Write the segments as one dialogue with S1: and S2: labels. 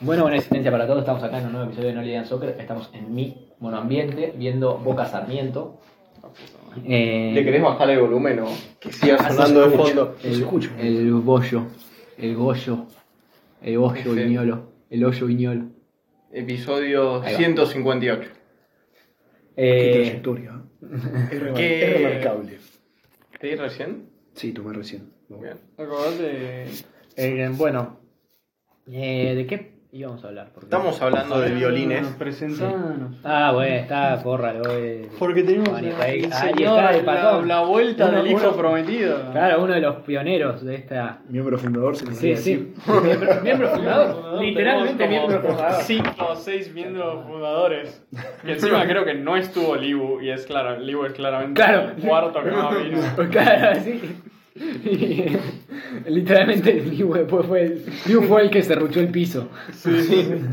S1: Bueno, buena existencia para todos. Estamos acá en un nuevo episodio de No Lidian Soccer. Estamos en mi monoambiente viendo Boca Sarmiento. Eh,
S2: ¿Le querés bajar el volumen o que siga
S3: Ah,
S1: así
S2: sonando de
S1: escucho.
S2: fondo?
S1: Eh, El, el bollo, el goyo, el bollo
S2: Ese.
S1: viñolo, el hoyo viñolo.
S2: Episodio
S1: Ahí va.
S2: 158.
S3: Qué
S1: Eh,
S3: trayectoria. Es, remar-
S2: ¿Qué-
S3: es remarcable.
S2: ¿Te di recién?
S3: Sí, tomé recién.
S2: Bien. Acordate.
S4: Eh, bueno,
S1: eh, ¿De qué íbamos a hablar? Porque-
S2: Estamos hablando de violines.
S4: ah, presentanos.
S1: Ah, bueno, está, porra, lo eh.
S4: Porque tenemos
S1: Ahí
S4: el
S1: está, ahí está,
S4: señor, la,
S1: el patón.
S4: la vuelta
S1: Uno-
S4: del hijo
S1: uno-
S4: prometido.
S1: Claro, uno de los pioneros de esta
S3: Miembro fundador se
S1: Sí,
S3: podría
S1: sí.
S3: decir.
S1: Miembro, miembro fundador.
S4: Fundador,
S1: Literalmente
S4: tenemos
S1: miembro
S4: como
S1: fundador.
S4: Cinco o seis miembros fundadores.
S5: Que encima creo que no estuvo Libu y es claro, Libu es claramente
S1: Claro.
S5: el cuarto que no vino.
S1: Pues Claro, sí. Literalmente Liu después fue el, Liu fue el que se ruchó el piso.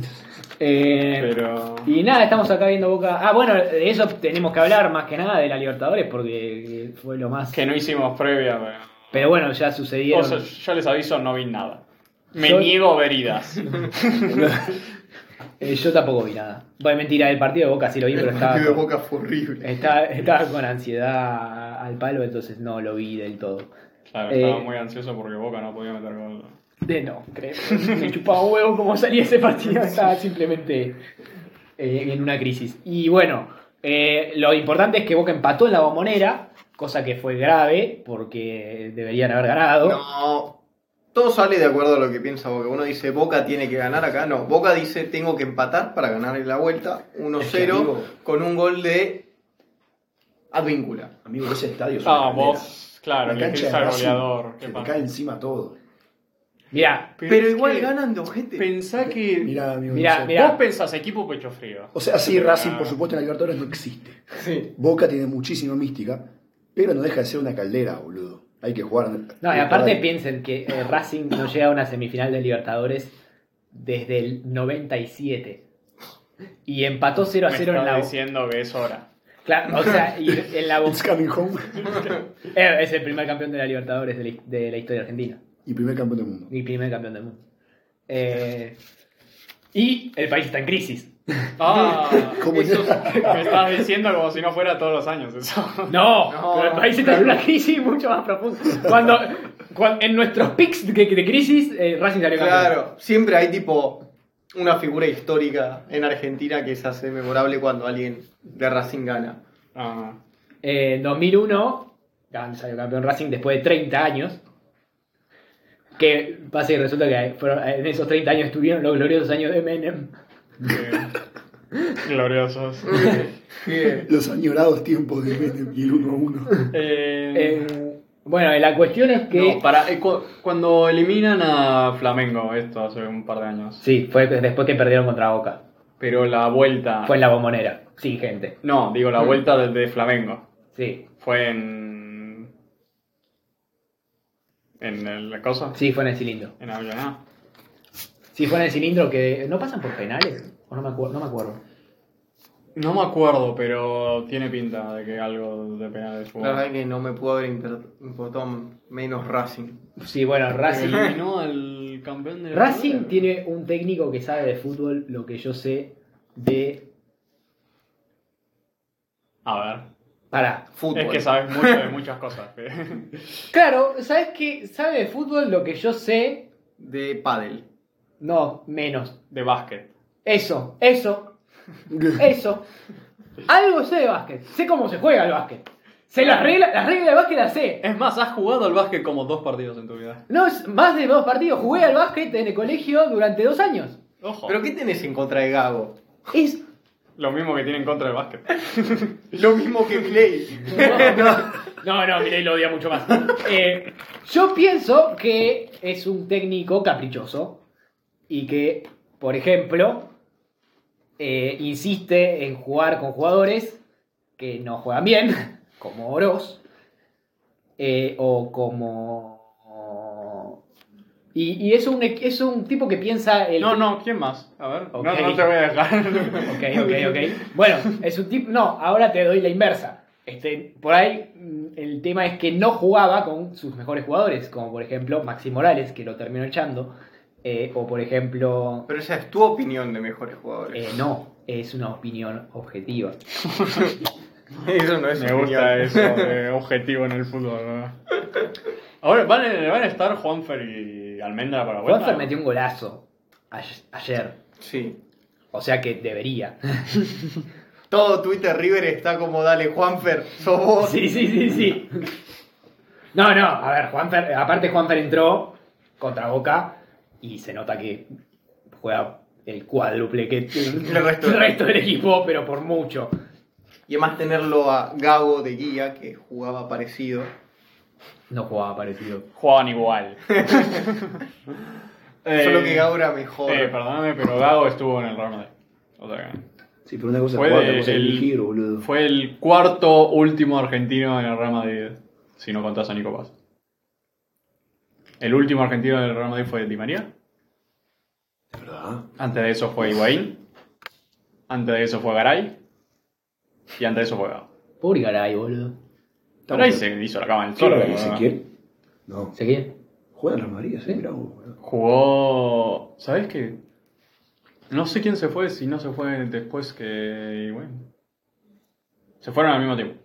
S1: Eh,
S5: Pero.
S1: Y nada, estamos acá viendo Boca. Ah, bueno, de eso tenemos que hablar más que nada de la Libertadores porque eh, fue lo más.
S5: Que no hicimos previa, pero.
S1: Pero bueno, ya
S5: O
S1: sucedieron.
S5: sea, yo les aviso, no vi nada. Me
S1: Yo-
S5: niego a ver idas.
S1: Eh, yo tampoco vi nada. Bueno, mentira, el partido de Boca sí lo vi, pero estaba.
S2: de boca fue horrible.
S1: Estaba, estaba con ansiedad al palo, entonces no lo vi del todo.
S5: Claro,
S1: Eh.
S5: estaba muy ansioso porque Boca no podía meter gol.
S1: De no, creo. Me chupaba un huevo como salía ese partido. Estaba simplemente eh, en una crisis. Y bueno, eh, lo importante es que Boca empató en la bombonera, cosa que fue grave porque deberían haber ganado.
S2: No. Todo sale de acuerdo a lo que piensa Boca. Uno dice Boca tiene que ganar acá. No, Boca dice tengo que empatar para ganar en la vuelta
S3: Es que,
S2: 1-0
S3: amigo.
S2: con un gol de Advíncula.
S3: Amigo, ese estadio es una
S5: Ah,
S3: caldera.
S5: vos, claro,
S3: La
S5: le
S3: cancha
S5: dijiste
S3: de
S5: al
S3: Racing,
S5: goleador. ¿Qué
S3: Se te
S5: pasa?
S3: cae encima todo.
S1: Mirá,
S2: Pero, igual ganan de ojete.
S5: Pensá que.
S3: Mirá, amigo.
S1: Mirá,
S3: no sé.
S1: mirá.
S5: Vos pensás equipo pecho frío.
S3: O sea, sí, Racing,
S5: Ah.
S3: por supuesto, en la Libertadores no existe. Boca tiene muchísima mística, pero no deja de ser una caldera, boludo. Hay que jugar.
S1: no, y aparte piensen que eh, Racing no llega a una semifinal de Libertadores desde el 97. Y empató 0 a
S5: Me
S1: 0 en la
S5: estás
S1: bombonera.
S5: diciendo que es hora.
S1: Claro, o sea, y en la
S3: It's
S1: bombonera.
S3: coming home.
S1: Es el primer campeón de la Libertadores de la- de la historia argentina.
S3: Y primer campeón del mundo.
S1: Mi primer campeón del mundo. Eh, y el país está en crisis.
S5: Ah,
S3: ¿Cómo
S5: eso-
S3: que-
S5: me estás diciendo como si no fuera todos los años eso.
S1: No,
S2: No.
S1: pero el país está en una crisis mucho más profunda. Cuando, cuan- en nuestros pics de, de crisis, eh, Racing salió campeón.
S2: Claro, siempre hay tipo una figura histórica en Argentina que se hace memorable cuando alguien de Racing gana.
S5: Ah.
S1: Eh, en 2001, gan- salió campeón Racing después de 30 años. Que pasa y resulta que fueron- en esos 30 años estuvieron los gloriosos años de Menem.
S5: Bien. Gloriosos.
S2: Bien.
S3: Los añorados tiempos de Menem y el 1 a 1.
S5: Eh,
S1: Eh, bueno, la cuestión es que...
S5: no, para, eh, cu- cuando eliminan a Flamengo, esto hace un par de años,
S1: Sí, fue después que perdieron contra Boca.
S5: pero la vuelta...
S1: Fue en Mm. la bombonera, sin gente.
S5: No, digo, la vuelta desde Flamengo.
S1: Sí,
S5: Fue en... ¿En el- la cosa?
S1: sí, fue en el cilindro.
S5: En Avellaneda.
S1: Si fue en el cilindro que. ¿No pasan por penales? O no me, acuer- no me acuerdo.
S5: No me acuerdo, pero tiene pinta de que algo de penales fue.
S2: La verdad que no me pudo haber imper- importado menos Racing.
S1: Sí, bueno, Racing.
S5: Eliminó al campeón de...
S1: Racing tiene un técnico que sabe de fútbol lo que yo sé de.
S5: A ver.
S1: Pará.
S2: Fútbol.
S5: Es que sabes mucho de muchas cosas.
S1: Claro, ¿sabes qué? Sabe de fútbol lo que yo sé.
S2: De pádel.
S1: No, menos.
S5: de básquet.
S1: Eso, eso, eso. Algo sé de básquet. Sé cómo se juega el básquet. Sé las reglas, las reglas de básquet las sé.
S5: Es más, has jugado al básquet como dos partidos en tu vida.
S1: No, es más de dos partidos. Jugué al básquet en el colegio durante dos años.
S5: Ojo.
S2: ¿Pero qué tenés en contra de Gago?
S1: Es
S5: Lo mismo que tiene en contra del básquet.
S2: Lo mismo que Milei.
S1: No, no, Milei lo odia mucho más. Eh, yo pienso que es un técnico caprichoso y que, por ejemplo, eh, insiste en jugar con jugadores que no juegan bien, como Oroz, eh, o como... Y, y es, un, es un tipo que piensa... El
S5: No, no, ¿quién más? A ver.
S1: Ok.
S5: No, no te voy a dejar.
S1: Ok, ok, ok. Bueno, es un tipo. No, ahora te doy la inversa. Este, por ahí mm, el tema es que no jugaba con sus mejores jugadores, como por ejemplo Maxi Morales, que lo terminó echando. Eh, o por ejemplo,
S2: Pero esa es tu opinión de mejores jugadores.
S1: eh, no, es una opinión objetiva.
S2: Eso no es
S5: Me
S2: opinión.
S5: gusta eso de objetivo en el fútbol. ¿no? Ahora, ¿van, a- van a estar Juanfer y Almendra para la vuelta?
S1: Juanfer metió un golazo ay- ayer.
S2: Sí.
S1: O sea que debería.
S2: Todo Twitter River está como dale Juanfer, sos vos.
S1: Sí, sí, sí, sí. No, no, a ver, Juanfer, aparte Juanfer entró contra Boca y se nota que juega el cuádruple que el
S2: resto.
S1: del equipo, pero por mucho.
S2: Y además tenerlo a Gago de guía que jugaba parecido.
S1: No jugaba parecido.
S5: Jugaban igual. Eh,
S2: Solo que Gago era mejor.
S5: Eh, perdóname, pero Gago estuvo en el Real Madrid. O sea,
S3: Sí, pero una cosa
S5: Fue
S3: es jugar, otra
S5: de-
S3: cosa es
S5: el-
S3: dirigir, boludo.
S5: fue el cuarto último argentino en el Real Madrid, si no contás a Nico Paz. El último argentino en el Real Madrid fue Di María.
S3: ¿De verdad?
S5: Antes de eso fue Higuaín. Antes de eso fue Garay. Y antes de eso fue Gago.
S1: Pobre Garay, boludo.
S5: Garay se hizo la cama en el
S3: ¿Qué
S5: solo.
S3: era
S5: ¿verdad?
S3: Ezequiel? No.
S1: ¿Se quiere?
S3: Juega en Real Madrid, sí,
S1: ¿Sí?
S3: ¿eh? mirá vos, boludo.
S5: Jugó. ¿Sabes qué? No sé quién se fue, si no se fue después que. Bueno. Se fueron al mismo tiempo.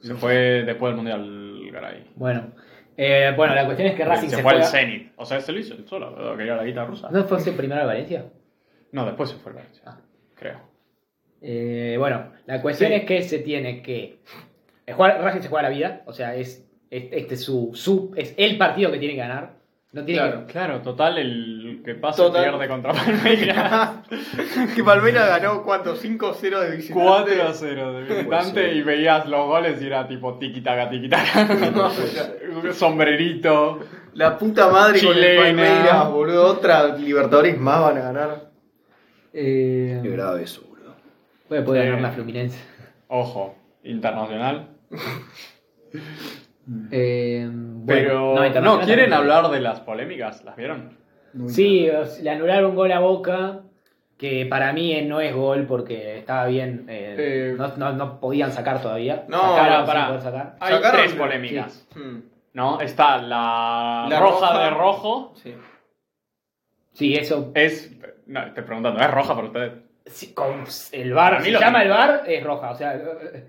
S5: Se fue después del Mundial Garay.
S1: Bueno. Eh, bueno, la cuestión es que Racing
S5: se,
S1: se,
S5: fue al
S1: juega-
S5: Zenit. O sea, se lo hizo él solo, ¿verdad? quería la guita rusa. No,
S1: ¿No fue ese primero a Valencia?
S5: después se fue al Valencia.
S1: Ah.
S5: Creo.
S1: Eh, bueno, la cuestión
S5: Sí.
S1: es que se tiene que. eh, jugar- Racing se juega la vida, o sea, es, es- este es su, su- es el partido que tiene que ganar. No tiene
S2: Claro.
S5: Claro, total, el que pasa
S2: Total.
S5: pierde contra Palmeiras.
S2: que Palmeiras ganó cuánto, 5-0 de visitante.
S5: 4 a 0 de visitante
S3: ser.
S5: y veías los goles y era tipo tiki taca, tiki taca. Sombrerito.
S2: La puta madre
S5: Chilena.
S2: con el Palmeiras, boludo. Otra Libertadores más van a ganar.
S1: que.
S3: Qué grave eso, boludo.
S1: Eh, puede poder
S5: Eh.
S1: ganar la Fluminense.
S5: Ojo, internacional.
S1: Eh, bueno,
S5: Pero no,
S1: internacional
S5: quieren
S1: también.
S5: hablar de las polémicas, ¿las vieron?
S1: Sí, os- le anularon gol a Boca, que para mí eh, no es gol porque estaba bien. eh,
S5: Eh.
S1: no, no- no podían sacar todavía.
S2: No,
S1: Sacaron
S5: pará,
S1: sin
S5: pará.
S1: poder sacar.
S5: Hay
S2: Sacaron-
S5: tres polémicas,
S2: Hmm,
S5: ¿no? Está la,
S2: La
S5: roja,
S2: roja.
S5: de rojo.
S2: sí.
S1: Sí, eso.
S5: Es. No, estoy preguntando, ¿es roja para ustedes?
S1: Sí, con pues, el bar,
S5: Para mí
S1: si
S5: lo
S1: llama
S5: que-
S1: el bar, es roja. O sea, eh,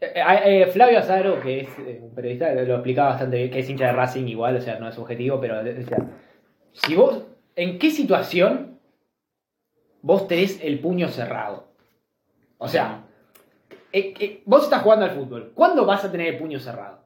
S1: eh, eh, Flavio Azaro, que es eh, un periodista, lo lo explicaba bastante bien, que es hincha de Racing igual, o sea, no es objetivo, pero eh, o sea, si vos, ¿en qué situación vos tenés el puño cerrado? O sea, eh, eh, vos estás jugando al fútbol, ¿cuándo vas a tener el puño cerrado?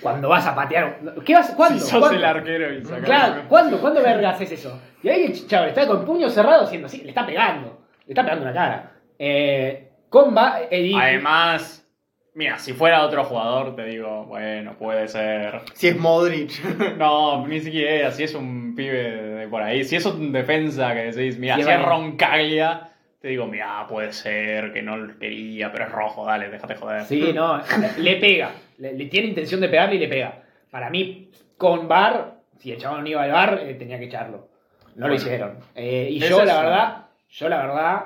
S1: Cuando vas a patear, un- ¿qué vas? ¿Cuándo?
S5: Si sos
S1: ¿Cuándo?
S5: el arquero y sacás-
S1: Claro, ¿cuándo, ¿cuándo verga haces eso? Y ahí el chavo está con puño cerrado haciendo así, le está pegando, le está pegando una cara. Eh, comba, Edith.
S5: Además, mira, si fuera otro jugador, te digo, bueno, puede ser.
S2: Si es Modric.
S5: No, ni siquiera, si es un pibe de por ahí, si es un defensa que decís, mira,
S1: Sí,
S5: si es
S1: vale.
S5: Roncaglia, te digo, mira, puede ser que no lo quería, pero es rojo, dale, déjate joder.
S1: Sí, no, le pega, le, le tiene intención de pegarle y le pega. Para mí, con bar, si el chabón no iba al bar, eh, tenía que echarlo. No lo
S5: Bueno.
S1: hicieron. Eh, y
S5: Esa
S1: yo,
S5: es
S1: la
S5: una-
S1: verdad, yo la verdad,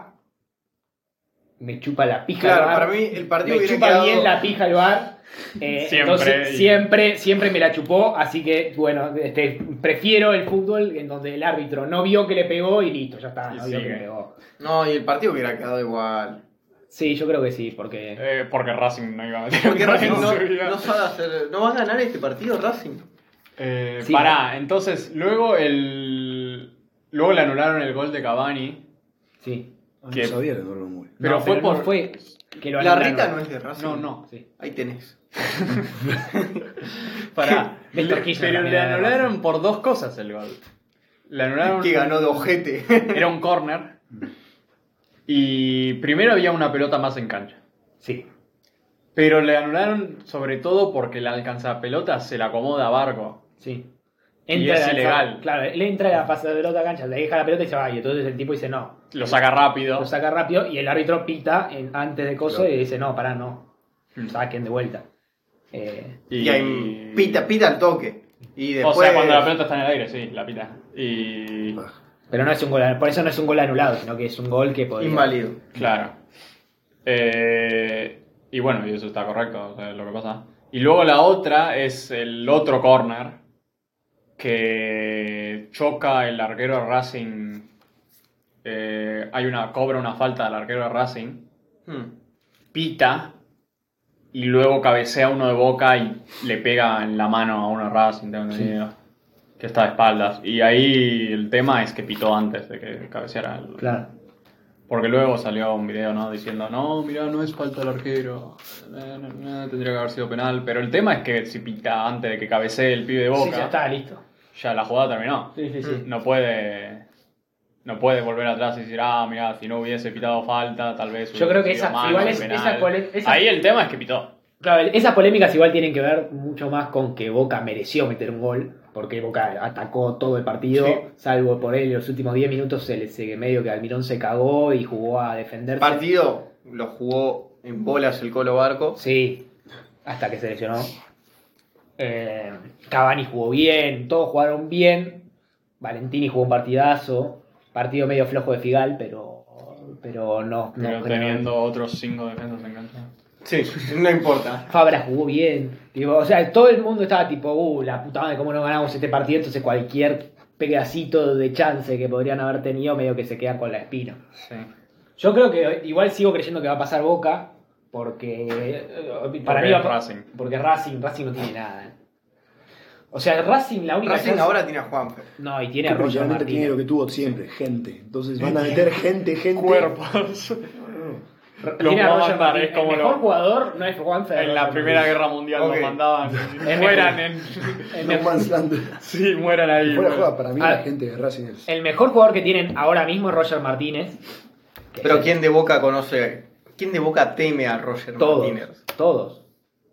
S1: me chupa la pija
S2: Claro,
S1: el bar.
S2: para mí el partido
S1: me
S2: hubiera
S1: chupa
S2: quedado-
S1: bien la pija el bar. Eh,
S5: Siempre.
S1: entonces, siempre, siempre me la chupó, así que bueno, este, prefiero el fútbol en donde el árbitro no vio que le pegó y listo, ya está,
S5: Y
S1: no vio que
S5: sigue.
S1: le pegó.
S2: No, y el partido hubiera quedado igual.
S1: Sí, yo creo que sí, porque
S5: Eh, porque Racing no iba a meter
S2: Porque
S5: un gol
S2: Racing
S5: en
S2: no,
S5: su vida.
S2: no sabe hacer- no va a ganar este partido, Racing.
S5: Eh,
S1: Sí.
S5: Pará, entonces luego el. Luego le anularon el gol de Cavani.
S1: sí.
S3: Ah,
S5: ¿Qué?
S3: No sabía que no era muy.
S5: Pero
S1: No,
S5: fue
S1: no
S5: por-
S1: fue que lo
S2: La
S1: anularon.
S2: Rita no es de Racing.
S5: No, no.
S1: Sí.
S2: Ahí tenés.
S5: Pará.
S1: Néstor
S5: Le-
S1: Kirchner
S5: pero
S1: también
S5: le
S1: era de
S5: anularon por dos cosas el gol. Le anularon.
S2: Que ganó de ojete.
S5: Era un córner. Y primero había una pelota más en cancha.
S1: Sí.
S5: Pero le anularon sobre todo porque la alcanzapelota se la acomoda a Barco.
S1: Sí.
S5: Y es
S1: la-
S5: ilegal.
S1: Claro, le entra la pasa de pelota a cancha, le deja la pelota y se va. Y entonces el tipo dice no.
S5: Lo saca rápido.
S1: Lo saca rápido y el árbitro pita en- antes de coso
S3: Claro.
S1: y dice no, pará, no.
S5: Mm.
S1: Saquen de vuelta. Eh,
S5: y...
S2: Y ahí pita, pita al toque. Y
S5: O
S2: después.
S5: sea, cuando la pelota está en el aire, sí, la pita. Y.
S3: Ah,
S1: pero no es un gol, an- por eso no es un gol anulado, sino que es un gol que podría.
S2: Inválido.
S5: Claro. Eh, y bueno, y eso está correcto, o sea, es lo que pasa. Y luego la otra es el otro corner que choca el arquero de Racing. eh, hay una cobra una falta del arquero de Racing,
S2: Hmm.
S5: pita y luego cabecea uno de Boca y le pega en la mano a uno de Racing, tengo entendido, que está de espaldas. Y ahí el tema es que pitó antes de que cabeceara el,
S1: Claro.
S5: porque luego salió un video, ¿no? Diciendo, no, mira, no es falta del arquero. Eh, no, no, tendría que haber sido penal. Pero el tema es que si pita antes de que cabecee el pibe de boca,
S1: Sí, ya está, listo.
S5: ya la jugada terminó.
S1: Sí, sí, sí.
S5: No puede. No puede volver atrás y decir, ah, mira, si no hubiese pitado falta, tal vez.
S1: Yo
S5: hubiese
S1: creo que
S5: sido
S1: esa-
S5: mano,
S1: igual es-
S5: penal".
S1: esa cole- esa-
S5: Ahí el tema es que pitó.
S1: Claro, esas polémicas igual tienen que ver mucho más con que Boca mereció meter un gol, porque Boca atacó todo el partido,
S2: Sí.
S1: salvo por él en los últimos 10 minutos se le se- medio que Almirón se cagó y jugó a defenderse.
S2: El partido lo jugó en bolas el Colo Barco.
S1: Sí, hasta que se lesionó. Eh, Cavani jugó bien, todos jugaron bien. Valentini jugó un partidazo, partido medio flojo de Figal, pero pero no, no
S5: Pero
S1: creo.
S5: teniendo otros cinco defensas en cancha.
S2: Sí, no importa.
S1: Fabra jugó bien. Digo, o sea, todo el mundo estaba tipo, uh, la puta madre, cómo no ganamos este partido. Entonces cualquier pedacito de chance que podrían haber tenido, medio que se quedan con la espina.
S5: Sí.
S1: Yo creo que igual sigo creyendo que va a pasar Boca, porque eh, para
S5: Porque
S1: mí va
S5: es
S1: pa-
S5: Racing.
S1: Porque Racing, Racing no tiene nada. eh. O sea, Racing la única
S2: Racing
S1: chance-
S2: ahora tiene a Juanfer.
S1: No, y tiene a
S3: Que
S1: Roger
S3: principalmente
S1: Martínez.
S3: tiene lo que tuvo siempre, gente. Entonces van a meter gente, gente.
S5: Cuerpos. Lo
S1: Tiene a
S5: puedo
S1: Roger
S5: mandar,
S1: Martínez.
S5: es como
S1: El mejor
S5: lo-
S1: jugador no es Juan
S5: En la Primera Guerra Mundial
S2: Ok.
S5: nos mandaban. mueran en.
S3: No Man's Land.
S5: sí, mueran ahí. pues.
S3: Fuera de
S5: mueran.
S3: joda, para mí
S1: Ah.
S3: la gente de Racing es.
S1: El mejor jugador que tienen ahora mismo es Roger Martínez. que es
S2: Pero
S1: el-
S2: ¿quién de Boca conoce? ¿Quién de Boca teme a Roger
S1: Todos.
S2: Martínez?
S1: Todos.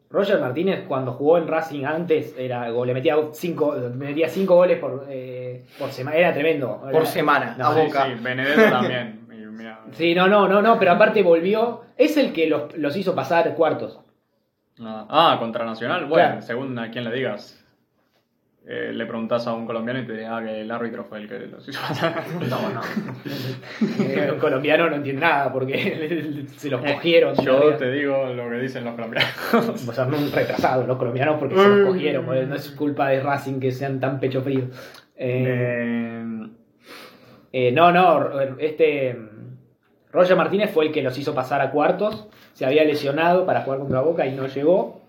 S1: Roger Martínez cuando jugó en Racing antes era go- le metía cinco, le metía cinco goles por, eh, por semana. Era tremendo. Era-
S2: Por semana,
S1: No,
S2: a
S5: Sí,
S2: Boca.
S5: sí, Benedetto también. Y mira,
S1: Sí, no, no, no, no, pero aparte volvió. Es el que los, los hizo pasar cuartos.
S5: no. Ah, contra Nacional. Bueno,
S1: Claro.
S5: según a quien le digas. Eh, le preguntas a un colombiano y te dirá que el árbitro fue el que los hizo pasar.
S1: No, no. El colombiano Eh, no entiende nada porque se los cogieron.
S5: Yo te digo lo que dicen los colombianos.
S1: O sea, un retrasado los colombianos porque se los cogieron. porque No es culpa de Racing que sean tan pecho frío. Eh,
S5: Eh,
S1: Eh, no, no, r- este. mm, Roger Martínez fue el que los hizo pasar a cuartos. Se había lesionado para jugar contra Boca y no llegó.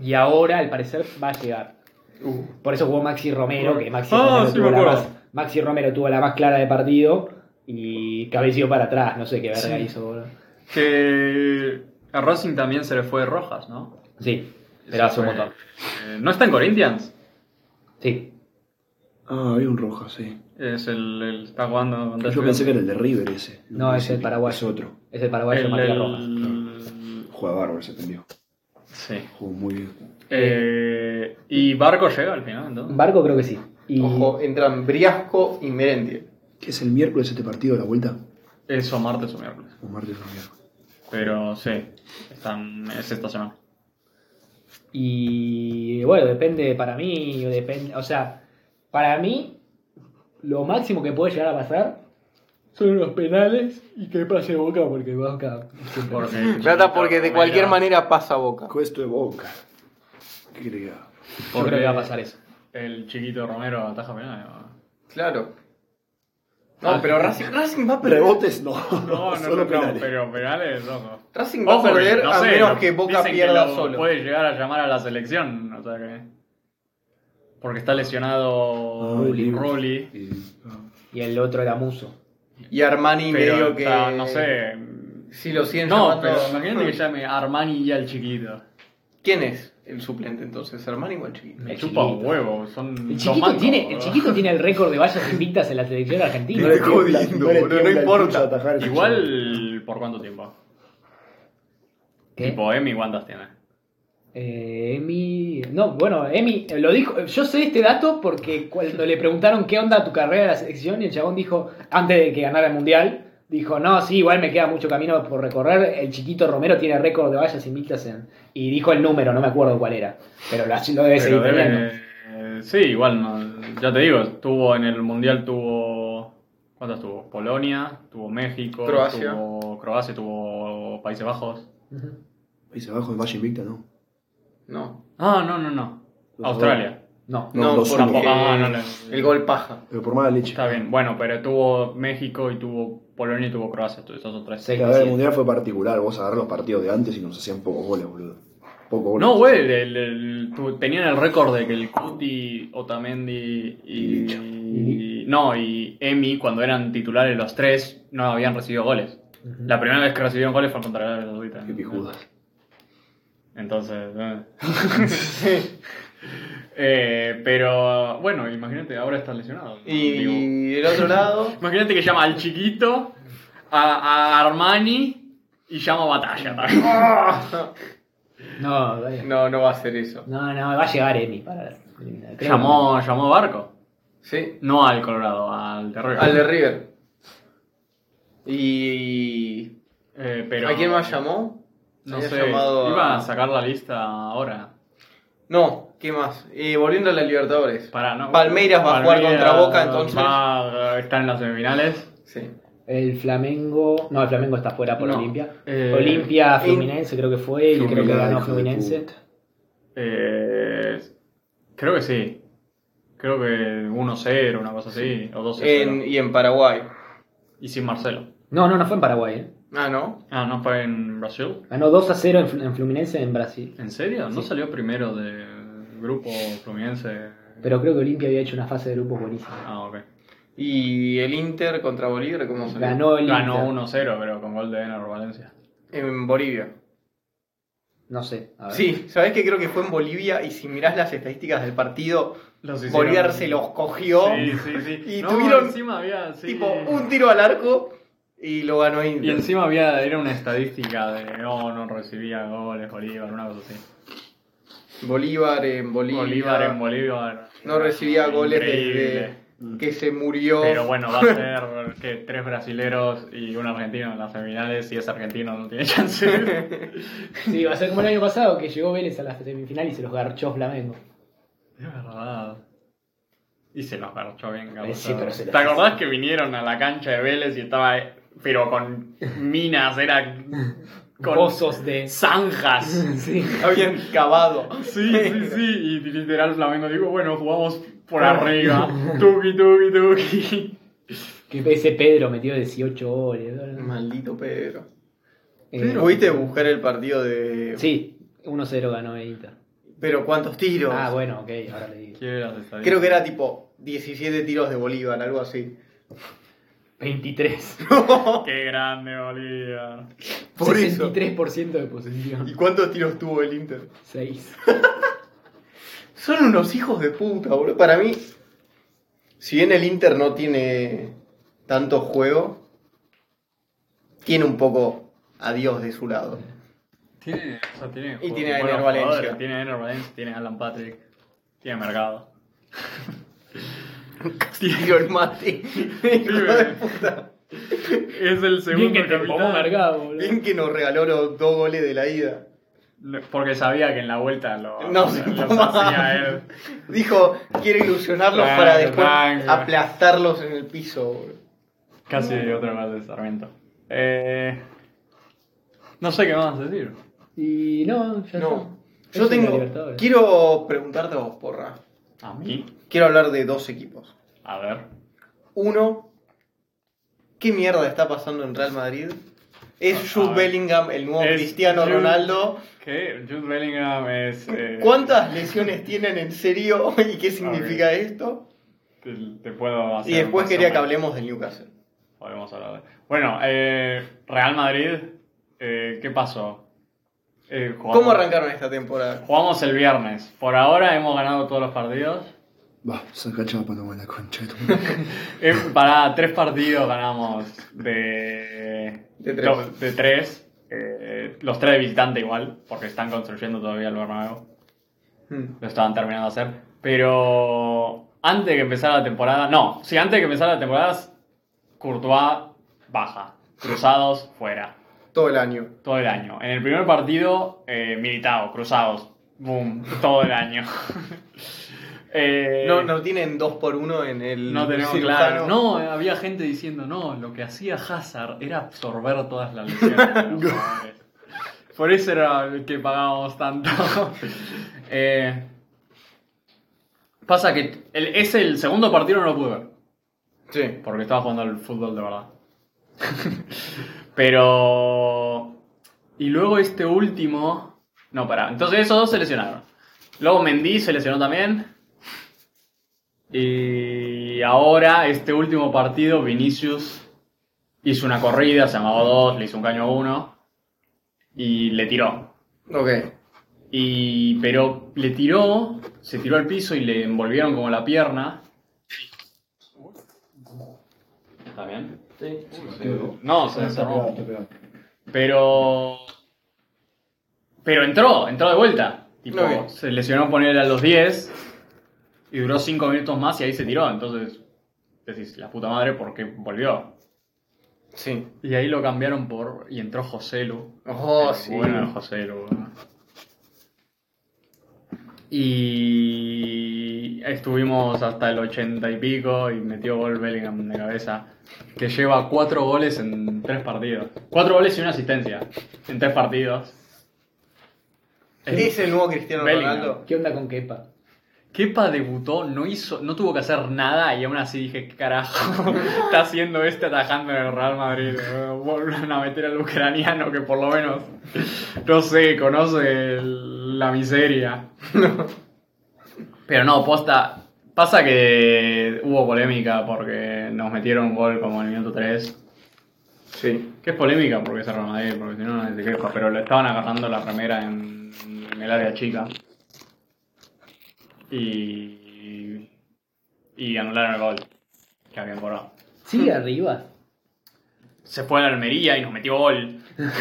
S1: Y ahora, al parecer, va a llegar.
S2: Uh.
S1: Por eso jugó Maxi Romero, que Maxi,
S5: Ah,
S1: Romero,
S5: sí,
S1: tuvo
S5: me
S1: la
S5: acuerdo.
S1: más, Maxi Romero tuvo la más clara de partido y cabeció para atrás. No sé qué verga
S5: Sí.
S1: hizo, boludo.
S5: que a Racing también se le fue Rojas, ¿no?
S1: Sí, pero hace un
S5: Se fue.
S1: montón.
S5: Eh, ¿No está en Corinthians?
S1: Sí.
S3: Ah, había un rojo, sí.
S5: Es el, el- está jugando contra
S3: Yo pensé que era el de River ese.
S1: No, es el paraguayo.
S3: Es otro.
S1: Es el paraguayo
S5: El-
S1: Matías
S5: el-
S1: Rojas.
S3: Juega bárbaro, se pendió.
S5: Sí.
S3: Jugó muy bien.
S5: Eh, y Barco llega al final, entonces.
S1: Barco creo que sí. Y
S2: Ojo, entran Briasco y Merendiel.
S3: ¿Qué es el miércoles este partido, la vuelta?
S5: Eso martes o miércoles.
S3: O martes o miércoles.
S5: Pero sí, están, es esta semana.
S1: Y bueno, depende para mí, depende, o sea, para mí lo máximo que puede llegar a pasar son los penales y que pase Boca porque Boca siempre-
S5: Porque,
S2: Trata porque de cualquier manera pasa Boca.
S3: Cuesto de boca. ¿Qué quiere que haga?
S1: Yo creo que va a pasar eso.
S5: El chiquito Romero ataja penales. ¿no?
S2: Claro. Ah. No, pero Racing, Racing va a perder.
S3: Rebotes no.
S5: No, no,
S3: Solo
S5: no,
S3: penales.
S5: pero penales, loco.
S2: Racing va a perder
S5: no
S2: a
S5: sé,
S2: menos
S5: lo-
S2: que Boca
S5: dicen
S2: pierda
S5: lo
S2: solo.
S5: Puede llegar a llamar a la selección, o sea que. Porque está lesionado
S3: Ah,
S5: Rulli.
S3: Oliver.
S5: Rulli,
S3: Y- ah.
S1: Y el otro era Muso.
S2: Y Armani
S5: pero
S2: medio que.
S5: está, no sé.
S2: Si lo siguen
S5: No,
S2: llamando-
S5: pero imagínate que llame Armani y al chiquito.
S2: ¿Quién es el suplente entonces? ¿Armani o el chiquito?
S5: Me
S1: El
S5: chupa un
S1: chiquito.
S5: huevo, son.
S1: El
S5: dos
S1: chiquito,
S5: mancos,
S1: tiene, el
S5: boludo.
S1: chiquito tiene el récord de vallas invictas en la selección argentina.
S2: Estoy
S3: le tiembla-
S2: jodiendo,
S3: le
S2: boludo, no
S3: tiembla el
S2: importa.
S3: pulso a atajar ese chaval.
S5: Igual, ¿por cuánto tiempo?
S1: ¿Qué?
S5: Tipo, Emi, ¿cuántas tiene?
S1: Eh, Emi. No, bueno, Emi eh, lo dijo. Yo sé este dato porque cuando le preguntaron qué onda tu carrera en la selección, y el chabón dijo, antes de que ganara el mundial, dijo: No, sí, igual me queda mucho camino por recorrer. El chiquito Romero tiene récord de vallas invictas en. Y dijo el número, no me acuerdo cuál era. Pero lo, lo debe
S5: Pero
S1: seguir
S5: debe-
S1: teniendo.
S5: eh, sí, igual, no- ya te digo, estuvo en el Mundial, tuvo... ¿Cuántas tuvo? Polonia, tuvo México,
S2: Croacia.
S5: tuvo Croacia, tuvo Países Bajos.
S1: Ujú.
S3: Países Bajos, Valle Invicta, ¿no?
S2: No.
S5: Ah, no, no, no.
S3: Los
S5: Australia. No,
S3: No, dos
S2: porque
S3: uno.
S5: Ah, no, no.
S2: El gol paja.
S3: Pero por mala leche.
S5: Está bien, bueno, pero tuvo México y tuvo Polonia y tuvo Croacia, tu- esos son tres.
S1: Sí.
S3: La verdad, el mundial fue particular. Vos agarrás los partidos de antes y nos hacían pocos goles, boludo. Pocos goles.
S5: No, güey, el- el- tu- tenían el récord de que el Cuti, Otamendi y,
S3: Licha.
S5: y- No, y Emi, cuando eran titulares los tres, no habían recibido goles. La primera vez que recibieron goles fue contra Arabia Saudita.
S3: Qué pijudas.
S5: Entonces. eh. Eh, pero bueno, imagínate, ahora está lesionado. Digo,
S2: Y del otro lado.
S5: imagínate que llama al chiquito, a, a Armani y llama a Batalla.
S1: No, vaya.
S2: No, no va a ser eso.
S1: No, no, va a llegar Emi para eliminar. Creo
S5: llamó, llamó Barco.
S2: Sí.
S5: No al Colorado, al de River.
S2: Al de River. Y.
S5: Eh, pero,
S2: ¿A quién más llamó?
S5: No
S2: Había
S5: sé,
S2: llamado a-
S5: iba a sacar la lista ahora.
S2: No, ¿qué más? Eh, volviendo a la Libertadores.
S5: Para, ¿no?
S2: Palmeiras va a jugar
S5: Palmeiras
S2: contra Boca, entonces.
S5: va- está en las semifinales.
S2: Sí.
S1: El Flamengo. No, el Flamengo está fuera por
S5: No.
S1: Olimpia.
S5: Eh,
S1: Olimpia
S2: eh,
S1: Fluminense, creo que fue. Y creo que
S3: Fluminense,
S1: ganó
S3: hijo de
S1: Fluminense.
S3: puta.
S5: Eh, creo que sí. Creo que 1-0, una cosa así, o 2-0.
S2: En- y en Paraguay.
S5: Y sin Marcelo.
S1: No, no, no fue en Paraguay. ¿eh?
S2: Ah, ¿no?
S5: Ah, ¿no fue en Brasil?
S1: Ganó 2 a 0 en, Fl- en Fluminense en Brasil.
S5: ¿En serio? ¿No
S1: Sí.
S5: salió primero del grupo fluminense?
S1: Pero creo que Olimpia había hecho una fase de grupos buenísima.
S5: Ah, ok.
S2: Y el Inter contra Bolívar, ¿cómo salió?
S1: Ganó el
S5: Ganó
S1: Inter.
S5: 1-0, pero con gol de Ener Valencia.
S2: En Bolivia.
S1: No sé. a ver.
S2: Sí, ¿sabés que creo que fue en Bolivia? Y si mirás las estadísticas del partido,
S5: Los hicieron-
S2: Bolívar se los cogió.
S5: Sí, sí, sí.
S2: Y
S5: No,
S2: tuvieron
S5: encima había, sí.
S2: Tipo, un tiro al arco y lo ganó Inter.
S5: Y encima había, era una estadística de no, no recibía goles Bolívar, una cosa así.
S2: Bolívar en Bolivia.
S5: Bolívar en Bolívar.
S2: No recibía goles
S5: Increíble.
S2: desde Mm. que se murió.
S5: Pero bueno, va a ser que tres brasileros y un argentino en las semifinales, si es argentino no tiene chance.
S1: Sí, va a ser como el año pasado que llegó Vélez a la semifinal y se los garchó Flamengo.
S5: Es verdad. Y se los garchó bien,
S1: Sí, pero se
S5: Gabriel.
S1: los
S5: ¿Te acordás que vinieron a la cancha de Vélez y estaba, eh, pero con minas, era con
S1: Pozos de.
S5: zanjas?
S1: Sí.
S2: Habían cavado.
S5: Sí, sí, sí, y literal Flamengo dijo, bueno, jugamos por arriba, tuki, tuki, tuki.
S1: Que ese Pedro metió 18 goles. ¿no?
S2: Maldito Pedro.
S1: Eh,
S2: ¿Pudiste buscar el partido de.?
S1: Sí, 1-0 ganó el Inter.
S2: Pero ¿cuántos tiros?
S1: Ah, bueno, ok, ahora le digo.
S5: Quiero las estadísticas.
S2: Creo que era tipo 17 tiros de Bolívar, algo así.
S1: 23.
S5: Qué grande, Bolívar.
S2: Por eso.
S1: 63% de
S2: ¿Y
S1: posesión.
S2: cuántos tiros tuvo el Inter?
S1: 6.
S2: Son unos hijos de puta, boludo. Para mí, si bien el Inter no tiene tanto juego, tiene un poco a Dios de su lado.
S5: Tiene, o sea, tiene
S2: Y
S5: ju-
S2: tiene a
S5: buenos
S2: Ener Valencia.
S5: jugadores, Tiene a Ener Valencia, tiene a Alan Patrick, tiene a Mercado.
S2: Tiró el mate. Hijo de puta.
S5: Es el segundo
S1: Bien que te empomó
S5: capitán.
S1: mercado, boludo.
S2: Bien que nos regaló los dos goles de la ida.
S5: No, Porque sabía que en la vuelta lo,
S2: No,
S5: lo
S2: se
S5: hacía él.
S2: Dijo, quiero ilusionarlos
S5: Claro,
S2: para después
S5: claro.
S2: aplastarlos en el piso, boludo.
S5: Casi otro más de Sarmiento. Eh, no sé qué más decir.
S1: Y no, ya está.
S2: No. Yo
S1: Es una
S2: tengo.
S1: Libertadores.
S2: Quiero preguntarte a vos, porra.
S5: A mí,
S2: Quiero hablar de dos equipos.
S5: a ver.
S2: Uno, ¿qué mierda está pasando en Real Madrid? Es
S5: Ah, a
S2: Jude
S5: ver.
S2: Bellingham el nuevo
S5: Es
S2: Cristiano
S5: Jude-
S2: Ronaldo.
S5: ¿Qué? Jude Bellingham es. eh,
S2: ¿Cuántas lesiones tienen en serio y qué significa esto?
S5: Te, te puedo hacer
S2: Y después
S5: un
S2: quería que
S5: resumen.
S2: hablemos del Newcastle.
S5: Podemos hablar de- Bueno, eh, Real Madrid, eh, ¿qué pasó? Eh, jugamos-
S2: ¿Cómo arrancaron esta temporada?
S5: Jugamos el viernes. Por ahora hemos ganado todos los partidos.
S3: Va, saca chapa, no la concha de tu madre.
S5: Eh, para tres partidos ganamos de,
S2: De tres.
S5: to- de tres. Eh, los tres de visitante igual, porque están construyendo todavía el Bernabéu.
S2: Hmm.
S5: Lo estaban terminando de hacer. Pero antes de que empezara la temporada... No, sí, antes de que empezara la temporada, Courtois baja. Cruzados fuera.
S2: Todo el año.
S5: Todo el año. En el primer partido, eh, militado, cruzados. Boom, todo el año. Eh,
S2: No, no tienen dos por uno en el.
S5: no tenemos
S2: cirujano.
S5: claro. No, había gente diciendo, no, lo que hacía Hazard era absorber todas las lesiones. de los jugadores. Por eso era el que pagábamos tanto. Eh, Pasa que el, ese, el segundo partido no lo pude ver.
S2: Sí.
S5: Porque estaba jugando al fútbol de verdad. Pero. Y luego este último. No, pará. Entonces esos dos se lesionaron. Luego Mendy se lesionó también. Y ahora, este último partido, Vinicius hizo una corrida, se amagó dos, le hizo un caño a uno. Y le tiró.
S2: Ok.
S5: Y, pero le tiró, se tiró al piso y le envolvieron como la pierna. ¿Está bien?
S2: Sí.
S5: No, se desarmó. Pero. Pero entró, entró de vuelta. Tipo,
S2: Ok.
S5: se lesionó ponerle a los 10 y duró 5 minutos más y ahí se tiró. Entonces, decís, la puta madre, ¿por qué volvió?
S2: Sí.
S5: Y ahí lo cambiaron por. Y entró Joselu.
S2: Oh,
S5: Pero
S2: sí.
S5: Eh, Bueno, José Lu, ¿no? Y estuvimos hasta el 80 y pico y metió gol Bellingham de cabeza, que lleva cuatro goles en tres partidos. Cuatro goles y una asistencia en tres partidos.
S2: ¿Es el nuevo Cristiano
S5: Bellingham.
S2: Ronaldo?
S1: ¿Qué onda con Kepa?
S5: Kepa debutó, no hizo, no tuvo que hacer nada y aún así dije, ¿qué carajo está haciendo este atajando en el Real Madrid? Eh, Vuelvan a meter al ucraniano que por lo menos, no sé, conoce el- la miseria. Pero no, posta, pasa que hubo polémica porque nos metieron un gol como en el minuto 3.
S2: Sí.
S5: Que es polémica porque es el Real Madrid, porque si no, no es de queja, pero le estaban agarrando la remera en, en el área chica. Y. Y anularon el gol que habían cobrado.
S1: Sigue arriba.
S5: Se fue a la Almería y nos metió gol. la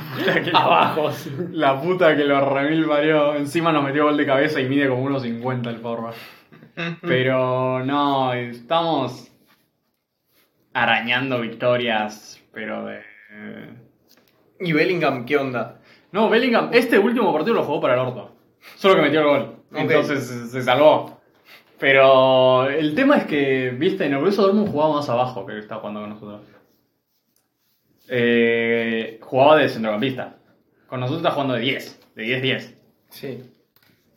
S5: puta que
S1: Abajo.
S5: La puta que lo remil parió. Encima nos metió gol de cabeza y mide como 1.50 el porra. Pero no, estamos arañando victorias, pero de...
S2: ¿Y Bellingham qué onda?
S5: No, Bellingham, este último partido lo jugó para el orto. Solo que metió el gol.
S2: Ok.
S5: Entonces se- se salvó. Pero el tema es que, viste, en el Borussia Dortmund jugaba más abajo que está jugando con nosotros. Eh, jugaba de centrocampista. Con nosotros está jugando de 10. De 10-10.
S2: Sí.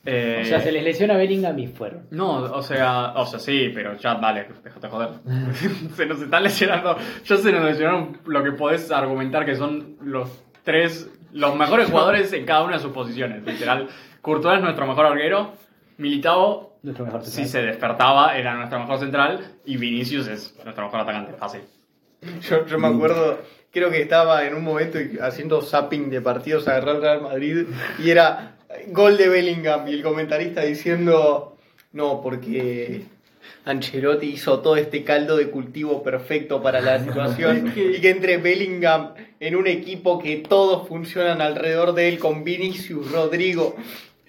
S5: Eh,
S1: O sea, se les lesiona Bellingham y fueron.
S5: No, o sea, o sea, sí, pero ya dale, déjate joder. se nos están lesionando, ya se nos lesionaron lo que podés argumentar que son los tres, los mejores jugadores en cada una de sus posiciones, literal. Courtois es nuestro mejor arquero, Militao,
S1: Nuestro mejor
S5: si
S1: central.
S5: se despertaba, era nuestro mejor central, y Vinicius es nuestro mejor atacante, fácil.
S2: Yo, yo me acuerdo, creo que estaba en un momento y- haciendo zapping de partidos, agarrar al Real Madrid y era gol de Bellingham y el comentarista diciendo, no, porque Ancelotti hizo todo este caldo de cultivo perfecto para la situación y que entre Bellingham en un equipo que todos funcionan alrededor de él con Vinicius, Rodrigo,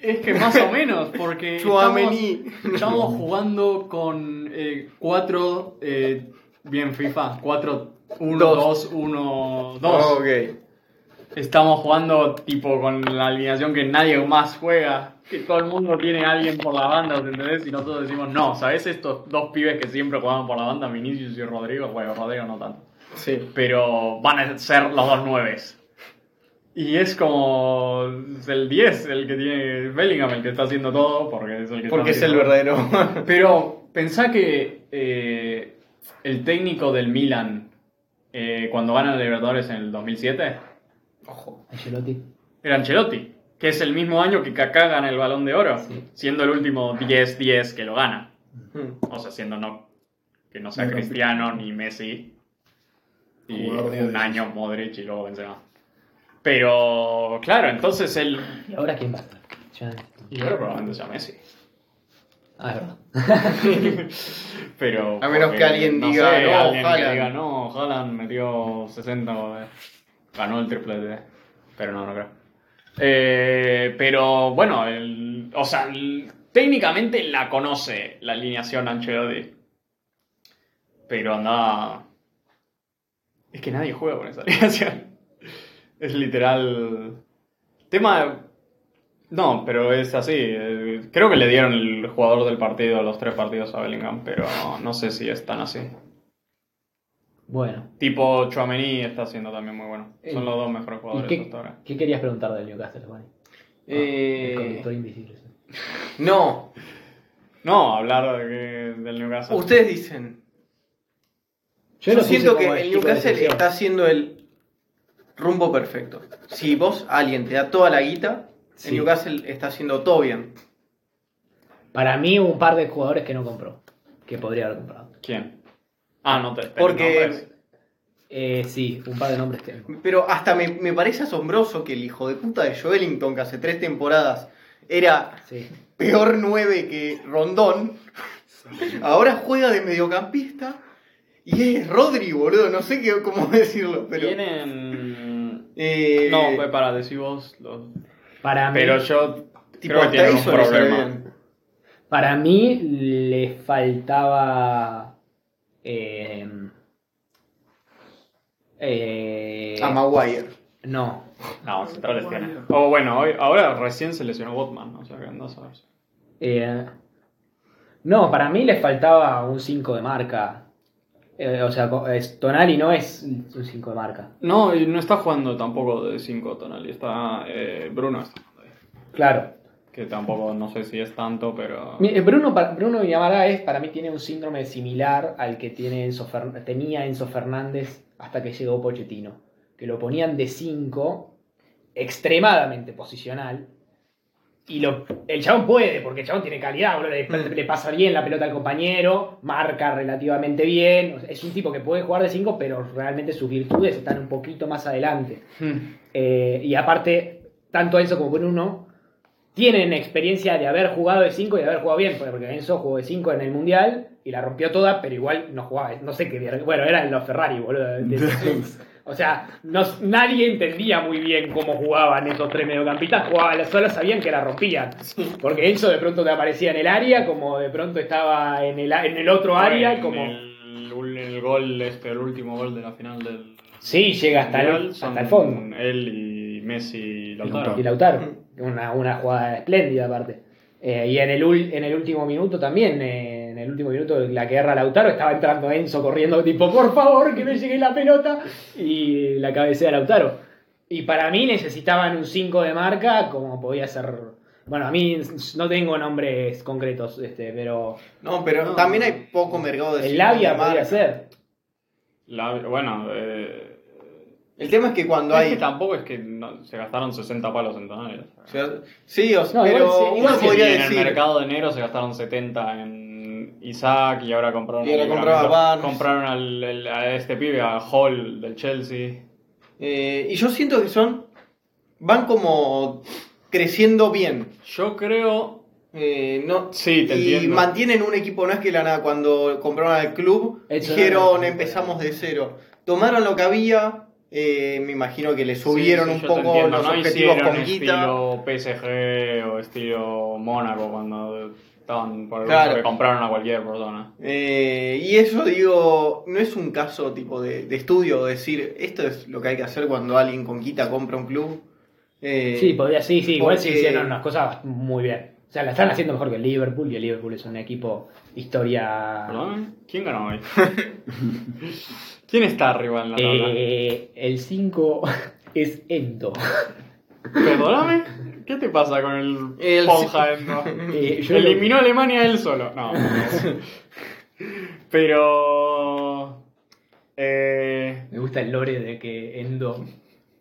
S5: Es que más o menos, porque estamos,
S2: Chouameni.
S5: estamos jugando con 4, bien FIFA, 4, 1,
S2: Dos.
S5: 2, 1, 2.
S2: Oh, ok.
S5: Estamos jugando tipo con la alineación que nadie más juega, que todo el mundo tiene a alguien por las bandas, ¿entendés? Y nosotros decimos, no, ¿sabes? Estos dos pibes que siempre jugaban por la banda, Vinicius y Rodrigo, bueno, Rodrigo no tanto
S2: Sí.
S5: pero van a ser los dos nueves. Y es como el 10 el que tiene Bellingham, el que está haciendo todo, porque es el que
S2: Porque es
S5: está
S2: el
S5: haciendo-
S2: verdadero.
S5: Pero pensá que eh, el técnico del Milan, eh, cuando gana la Libertadores en el 2007,
S2: Ojo.
S1: Ancelotti.
S5: era Ancelotti, que es el mismo año que Kaká gana el Balón de Oro, siendo el último 10-10 que lo gana.
S2: Mm.
S5: O sea, siendo no, que no sea Cristiano ni Messi. Y
S3: Jugador de
S5: un
S3: diez.
S5: año Modric y luego Benzema. Pero, claro, entonces él...
S1: ¿Y ahora quién va? Ya-
S5: Y ahora probablemente sea Messi.
S1: Ah, es verdad.
S5: Pero...
S2: A menos
S5: porque,
S2: que alguien
S5: no
S2: diga,
S5: sé,
S2: "No,
S5: alguien que
S2: Haaland".
S5: diga, no, Haaland metió 60 goles. Ganó el triplete. Pero no, no creo. Eh, pero, bueno, el- o sea, el- técnicamente la conoce la alineación Ancelotti. Pero anda... Es que nadie juega con esa alineación. Es literal. Tema. No, pero es así. Eh, Creo que le dieron el jugador del partido, los tres partidos a Bellingham, pero no sé si es tan así.
S1: Bueno.
S5: Tipo, Chouameni está siendo también muy bueno. Son
S1: Eh,
S5: los dos mejores
S1: ¿Y
S5: jugadores hasta
S1: qué,
S5: ahora.
S1: qué querías preguntar del Newcastle, Juan?
S2: Eh,
S1: El conductor invisible. sí.
S2: No,
S5: No, hablar de que- del Newcastle.
S2: ustedes dicen. Yo,
S1: lo puse
S2: siento
S1: como
S2: que el
S1: tipo de
S2: Newcastle
S1: decisión.
S2: está haciendo el rumbo perfecto. Si vos, alguien, te da toda la guita,
S1: Sí.
S2: el Newcastle está haciendo todo bien.
S1: Para mí hubo un par de jugadores que no compró, que podría haber comprado.
S5: ¿Quién? Ah, no te. te-
S2: Porque-
S5: no, pues.
S1: Eh, sí, un par de nombres tengo.
S2: Pero hasta me, me parece asombroso que el hijo de puta de Joelinton, que hace tres temporadas era
S1: Sí.
S2: peor 9 que Rondón, ahora juega de mediocampista y es Rodri, boludo. No sé qué, cómo decirlo, pero.
S5: Tienen.
S2: Eh,
S5: No, pues para decir vos. Los...
S1: Para mí,
S5: Pero yo.
S2: tipo,
S5: creo que
S2: hasta
S5: tienen un
S2: eso le sale
S5: problema.
S2: bien.
S1: para mí le faltaba. Eh, eh,
S2: A Maguire.
S1: no,
S5: No, centrales tienen. O bueno, hoy, ahora recién se lesionó Botman, o sea que no sabes.
S1: Eh, no, para mí les faltaba un 5 de marca. Eh, o sea, co- es- Tonali no es un 5 de marca.
S5: No, y no está jugando tampoco de 5 Tonali, está eh, Bruno. Está, jugando ahí.
S1: Claro.
S5: que tampoco, no sé si es tanto, pero...
S1: Mi- eh, Bruno, pa- Bruno Villamara es, para mí tiene un síndrome similar al que tiene Enzo Fer- tenía Enzo Fernández hasta que llegó Pochettino. Que lo ponían de 5, extremadamente posicional. Y lo, el chabón puede, porque el chabón tiene calidad, boludo, le,
S2: Mm.
S1: le pasa bien la pelota al compañero, marca relativamente bien. o sea, es un tipo que puede jugar de 5, pero realmente sus virtudes están un poquito más adelante.
S5: Hmm.
S1: Eh, y aparte, tanto Enzo como Bruno tienen experiencia de haber jugado de 5 y de haber jugado bien, porque Enzo jugó de 5 en el Mundial y la rompió toda, pero igual no jugaba, no sé qué, verga- bueno, eran los Ferrari, boludo. de- de- o sea, nos- nadie entendía muy bien cómo jugaban esos tres mediocampistas, jugaban, solo sabían que la rompían, porque Enzo de pronto te aparecía en el área, como de pronto estaba en el, a- en el otro área,
S5: En
S1: como...
S5: El, ul- el gol, este, el último gol de la final del...
S1: Sí, llega hasta el,
S5: Mundial, son
S1: hasta el fondo.
S5: Él y Messi y Lautaro.
S1: y Lautaro. Una, una jugada espléndida aparte. Eh, y en el, ul- en el último minuto también, eh, en el último minuto de la que erra Lautaro, estaba entrando Enzo corriendo tipo, por favor, que me llegue la pelota. Y la cabecea Lautaro. Y para mí necesitaban un 5 de marca, como podía ser... Bueno, a mí no tengo nombres concretos, este, pero
S2: No, pero
S5: No.
S2: también hay poco mercado de
S1: el
S2: cinco de
S1: labia podría
S2: marca.
S1: ser.
S5: La- bueno, eh,
S2: El tema es que cuando
S1: Este
S5: es que
S2: hay.
S5: tampoco es que no- se gastaron 60 palos en Tonali.
S2: o sea, sí, o sea,
S1: No, igual sí,
S2: pero
S1: igual
S2: uno
S1: sí,
S2: podría
S5: Y en el
S2: decir.
S5: mercado de enero se gastaron 70 en Isaac y ahora compraron,
S2: Y ahora
S5: a-
S2: compraron a Barnes.
S5: compraron al- el- a este pibe, a Hall del Chelsea.
S2: eh, y yo siento que son. Van como creciendo bien.
S5: Yo creo.
S2: Eh, no,
S5: Sí, te
S2: y
S5: entiendo.
S2: mantienen un equipo, no es que la nada, cuando compraron al club,
S1: Eso
S2: dijeron
S1: no era-
S2: empezamos de cero. Tomaron lo que había, eh, me imagino que le subieron
S5: Sí, sí,
S2: un
S5: yo te
S2: poco
S5: entiendo,
S2: los
S5: no
S2: objetivos
S5: hicieron
S2: con guita.
S5: estilo PSG o estilo Mónaco cuando estaban por el
S2: Claro.
S5: que compraron a cualquier persona.
S2: Eh, y eso digo, no es un caso tipo de, de estudio, decir esto es lo que hay que hacer cuando alguien con guita compra un club. Eh,
S1: Sí, podría, sí, sí, igual sí
S2: porque-
S1: hicieron unas cosas muy bien. O sea, la están haciendo mejor que el Liverpool y el Liverpool es un equipo de historia...
S5: ¿Perdón? ¿Quién ganó hoy? ¿Quién está arriba en la tabla?
S1: Eh, el 5 es Endo.
S5: ¿Perdóname? ¿Qué te pasa con el,
S2: El-
S5: Ponja Endo?
S1: Eh, yo lo-
S5: Eliminó a Alemania él solo. No. Pero. Eh,
S1: Me gusta el lore de que Endo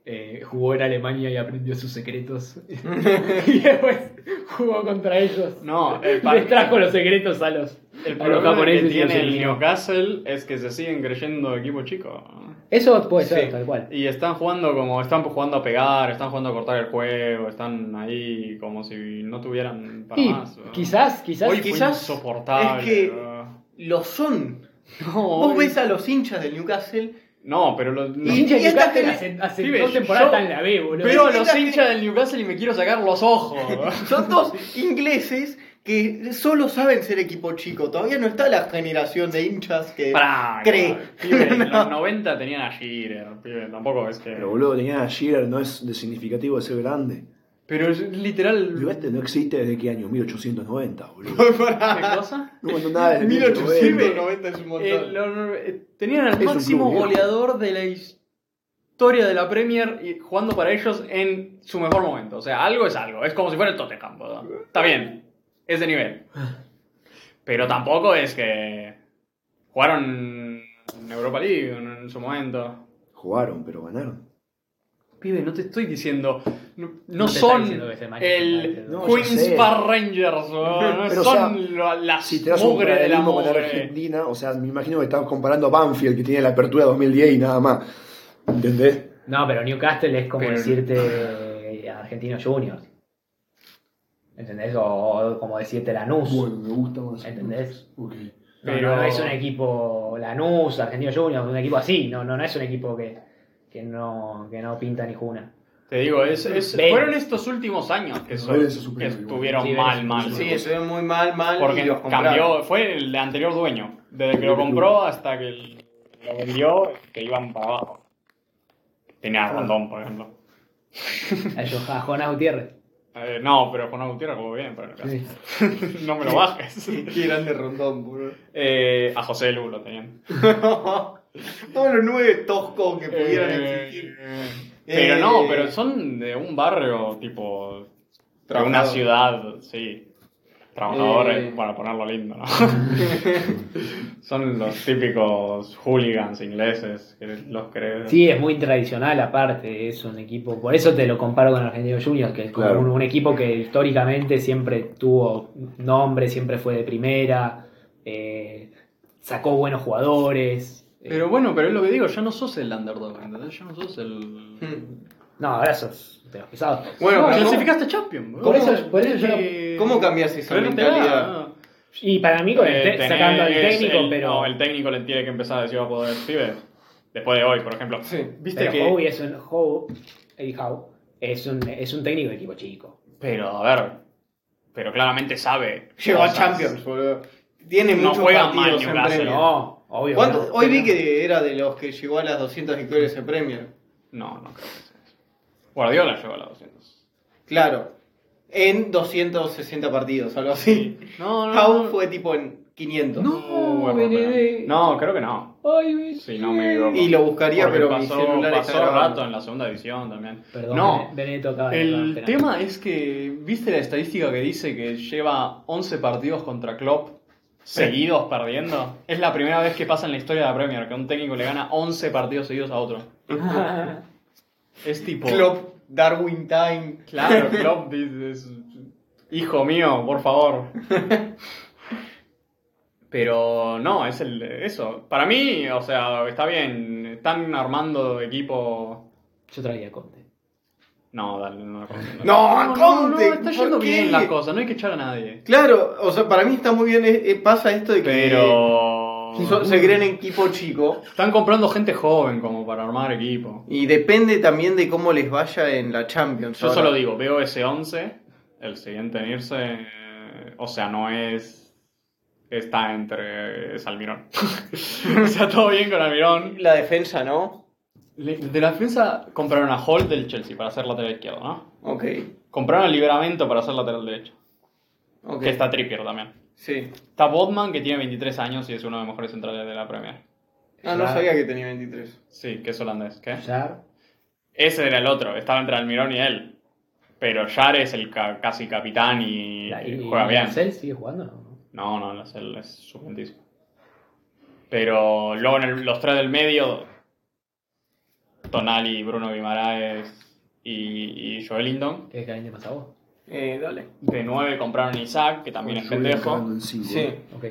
S1: eh, jugó en Alemania y aprendió sus secretos. y después jugó contra ellos.
S5: no, el, par-
S1: Les trajo los secretos a los,
S5: el
S1: a los
S5: problema que
S1: japoneses y los
S5: tiene el
S1: eliminó.
S5: Newcastle es que se siguen creyendo equipo chico.
S1: Eso puede ser,
S2: Sí.
S1: tal cual.
S5: Y están jugando como. Están jugando a pegar, están jugando a cortar el juego, están ahí como si no tuvieran para
S1: Y
S5: más. ¿no?
S1: quizás, quizás.
S5: Hoy
S2: quizás
S5: fue insoportable.
S2: es que-
S5: ¿no?
S2: Lo son.
S5: No,
S2: Vos
S5: hoy-
S2: ves a los hinchas del Newcastle
S5: No, pero los.
S1: los hinchas
S2: y
S1: de
S2: esta
S1: Newcastle
S2: tele-
S1: hace, hace
S5: Pibe,
S1: dos temporadas
S5: yo-
S1: están en la B, boludo.
S5: Veo a los
S2: Esta gente-
S5: hinchas del Newcastle y me quiero sacar los ojos.
S2: Son dos ingleses que solo saben ser equipo chico. Todavía no está la generación de hinchas que.
S5: Pará,
S2: Cree.
S5: Ah, pibe, en los 90 tenían a Shearer, pibe, tampoco es que...
S3: Pero boludo, tenían a Shearer, no es de significativo de ser grande.
S5: Pero es
S3: El
S5: literal...
S3: oeste no existe desde qué año, 1890, boludo.
S5: ¿Qué cosa?
S3: No mandó nada desde
S2: 1890 es un
S5: El-
S2: montón.
S5: lo- eh, tenían al
S3: Es un
S5: máximo
S3: club, viejo.
S5: goleador de la his- historia de la Premier y jugando para ellos en su mejor momento. O sea, algo es algo. Es como si fuera el Tottenham. ¿verdad? Está bien. Es de nivel. Pero tampoco es que jugaron en Europa League en su momento.
S3: Jugaron, pero ganaron.
S5: Pibe, no te estoy diciendo. No, no
S1: No te está
S5: son
S1: diciendo que se manche
S5: el
S1: con
S3: United. No, ya
S5: Queen's
S3: sé.
S5: Park Rangers, o no
S3: Pero, o
S5: son
S3: sea,
S5: la- las
S3: Si te das un
S5: mugre de la
S3: paralelismo con la
S5: mugre.
S3: Argentina, o sea, me imagino que estamos comparando a Banfield, que tiene la apertura 2010 y nada más. ¿Entendés?
S1: No, pero Newcastle es como
S5: Pero-
S1: decirte eh, Argentinos Juniors. ¿Entendés? O, o como decirte Lanús.
S3: me gusta más.
S1: ¿Entendés?
S3: Ok.
S5: Pero-
S1: Pero no es un equipo Lanús, Argentinos Juniors, un equipo así. No, no, no es un equipo que, que, no, que no pinta ni juna.
S5: Te digo, es, es-
S1: Ven.
S5: fueron estos últimos años que, son-
S3: Vélez es superior,
S5: que
S3: igual.
S5: estuvieron
S1: Sí,
S5: mal,
S1: Vélez
S5: mal.
S2: Sí, se ve muy mal, mal. y
S5: Ah, porque
S2: los compraron.
S5: cambió, fue el anterior dueño. Desde que lo compró hasta que lo vendió, que iban para abajo. Tenía a Rondón, por ejemplo.
S1: A ellos, A Jonás Gutiérrez.
S5: Eh, no, pero con Gutiérrez como bien, pero no me lo bajes.
S2: Qué grande rondón, boludo.
S5: Eh, a José Lu lo tenían.
S2: Todos los nueve toscos que pudieran
S5: Eh,
S2: existir.
S5: Pero no,
S2: Eh,
S5: pero son de un barrio tipo. De
S2: Trabajador.
S5: una ciudad, sí. Trabajadores,
S2: Eh.
S5: para ponerlo lindo, ¿no? son los típicos hooligans ingleses, que los creen.
S1: Sí, es muy tradicional aparte, es un equipo, por eso te lo comparo con Argentinos Juniors, que es como
S3: Claro.
S1: un, un equipo que históricamente siempre tuvo nombre, siempre fue de primera, eh, sacó buenos jugadores. eh,
S5: Pero bueno, pero es lo que digo, ya no sos el underdog, ¿entendés? Ya no sos el.
S1: no, ahora sos de los pesados.
S2: Mm. Bueno,
S5: no,
S2: pero ¿cómo-
S5: clasificaste a Champions, boludo.
S6: Por eso- por eso yo
S5: Eh,
S2: ¿Cómo cambias esa
S5: créetela,
S2: mentalidad?
S5: no.
S6: Y para mí, con el
S5: Eh,
S6: te-
S5: tenés
S6: sacando al
S5: el-
S6: técnico,
S5: el-
S6: pero.
S5: No, el técnico le tiene que empezar a decir, va a poder, pibe. Después de hoy, por ejemplo.
S2: Sí.
S5: Viste
S1: Pero
S5: que.
S1: Howe es un, Howe, Eddie Howe, es un, es un técnico de equipo chico.
S5: Pero, a ver. Pero claramente sabe.
S2: Llegó a
S5: cosas.
S2: Champions, boludo. Tiene
S5: No
S2: muchos
S5: juega mal
S2: partidos en
S5: Newcastle.
S2: Premier.
S1: No, obvio.
S2: ¿Cuánto-
S1: no.
S2: Hoy vi que era de los que llegó a las 200 victorias en Premier.
S5: No, no creo que sea eso. Guardiola llegó a la 200.
S2: Claro. En 260 partidos, algo así.
S5: No,
S2: Howe fue tipo en 500.
S5: No, Benedetto. no, creo que no. Sí, no me equivoco.
S2: Y lo buscaría,
S5: Porque
S2: pero mi
S5: pasó,
S2: celular está
S5: pasó
S2: grabando.
S5: rato en la eh. segunda división también.
S1: Perdón,
S5: no,
S1: Benedetto acaba de tocar un
S5: El
S1: penal.
S5: tema es que, ¿viste la estadística que dice que lleva 11 partidos contra Klopp seguidos perdiendo? Es la primera vez que pasa en la historia de la Premier que un técnico le gana 11 partidos seguidos a otro. Es tipo...
S2: Klopp, Darwin Time.
S5: Claro, Klopp dice, es- Hijo mío, por favor. Pero no, es el, eso. Para mí, o sea, está bien. Están armando equipo...
S1: Yo traía a Conte.
S5: No, dale, no lo recomiendo.
S2: No,
S5: no, no,
S2: Conte,
S5: está yendo
S2: ¿por qué?
S5: bien las cosas, no hay que echar a nadie.
S2: Claro, o sea, para mí está muy bien, eh, eh, pasa esto de que
S5: Pero.
S2: so- se creen en equipo chico
S5: Están comprando gente joven como para armar equipo.
S2: y depende también de cómo les vaya en la Champions.
S5: Yo
S2: ahora.
S5: solo digo, veo ese 11, el siguiente en irse. eh, O sea, no es. Está entre. Es Almirón. o sea, todo bien con Almirón.
S2: La defensa, ¿no?
S5: Le- De la defensa compraron a Hall del Chelsea para ser lateral izquierdo, ¿no?
S2: Ok,
S5: Compraron a Liberamento para ser lateral derecho.
S2: ok.
S5: Que está Trippier también.
S2: Sí.
S5: Está Bodman, que tiene 23 años y es uno de los mejores centrales de la Premier.
S2: Ah, no sabía que tenía 23.
S5: Sí, que es holandés. ¿Qué?
S1: Sar,
S5: Ese era el otro, estaba entre Almirón y él. Pero Yar es el ca- casi capitán y,
S1: la-
S5: y
S1: y-
S5: juega
S1: y
S5: bien.
S1: Marcel sigue jugando? ¿no?
S5: No, no, es, él es suplenticio. Pero luego en el- los tres del medio, Tonali, Bruno Guimaraes y, y Joel Lindon.
S1: ¿Qué es que alguien te pasa a vos?
S2: Eh, dale.
S5: De nueve compraron a Isaac, que también es
S3: Yo voy
S5: pendejo.
S3: cagando en cinco.
S2: Sí.
S1: Ok.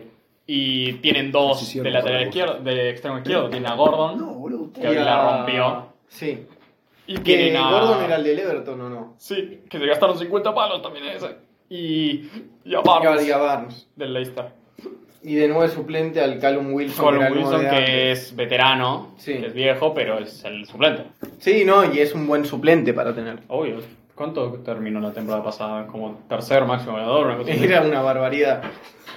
S5: Y
S3: Sí, sí,
S5: tienen dos de
S3: vamos a
S5: lateral
S3: ver.
S5: izquierdo, de extremo izquierdo. Tienen a Gordon,
S3: No, boludo.
S5: que hoy la
S2: a-
S5: rompió.
S2: Sí.
S5: Y
S2: Que
S5: tienen a...
S2: Gordon era el del Everton, ¿o no?
S5: Sí, que se gastaron 50 palos también ese. Y, y a
S2: Barnes.
S5: Barnes,
S2: Y a Barnes.
S5: del Leicester.
S2: Y de nuevo de suplente al Callum Wilson. que era
S5: Colin
S2: el nueve
S5: Wilson,
S2: de
S5: que
S2: antes.
S5: es veterano,
S2: Sí.
S5: que es viejo, pero es el suplente.
S2: Sí, no, y es un buen suplente para tener.
S5: Obvio. ¿Cuánto terminó la temporada pasada? Como tercer máximo ganador, una cosa así.
S2: Era una barbaridad.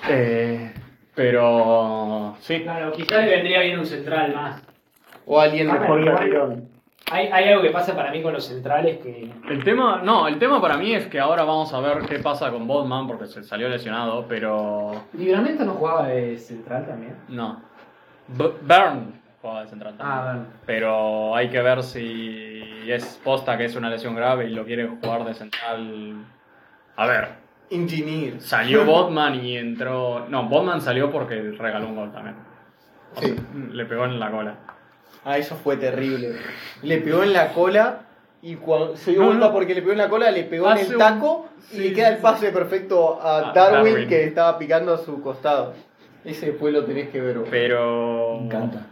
S5: Eh, pero... Sí.
S1: Claro, quizás le vendría bien un central más.
S2: O alguien
S1: Ah,
S2: mejor.
S1: Hay, hay algo que pasa para mí con los centrales que.
S5: El tema, no, el tema para mí es que ahora vamos a ver qué pasa con Bodman porque se salió lesionado, pero
S1: Libramento no jugaba de central también.
S5: no. B- Byrne juega de central también.
S1: Ah, bueno.
S5: Pero hay que ver si es posta que es una lesión grave y lo quiere jugar de central. A ver,
S2: Engineer.
S5: salió Botman y entró. No, Botman salió porque regaló un gol también. O sea,
S2: Sí.
S5: le pegó en la cola.
S2: Ah, eso fue terrible. Le pegó en la cola y cuando se dio
S5: No,
S2: vuelta
S5: no.
S2: porque le pegó en la cola, le pegó en
S5: Hace
S2: el
S5: un-
S2: taco
S5: sí,
S2: y le queda el
S5: sí.
S2: pase perfecto a
S5: A
S2: Darwin,
S5: Darwin.
S2: que estaba picando a su costado. Ese después lo tenés que ver. bro.
S5: Pero.
S3: Me encanta.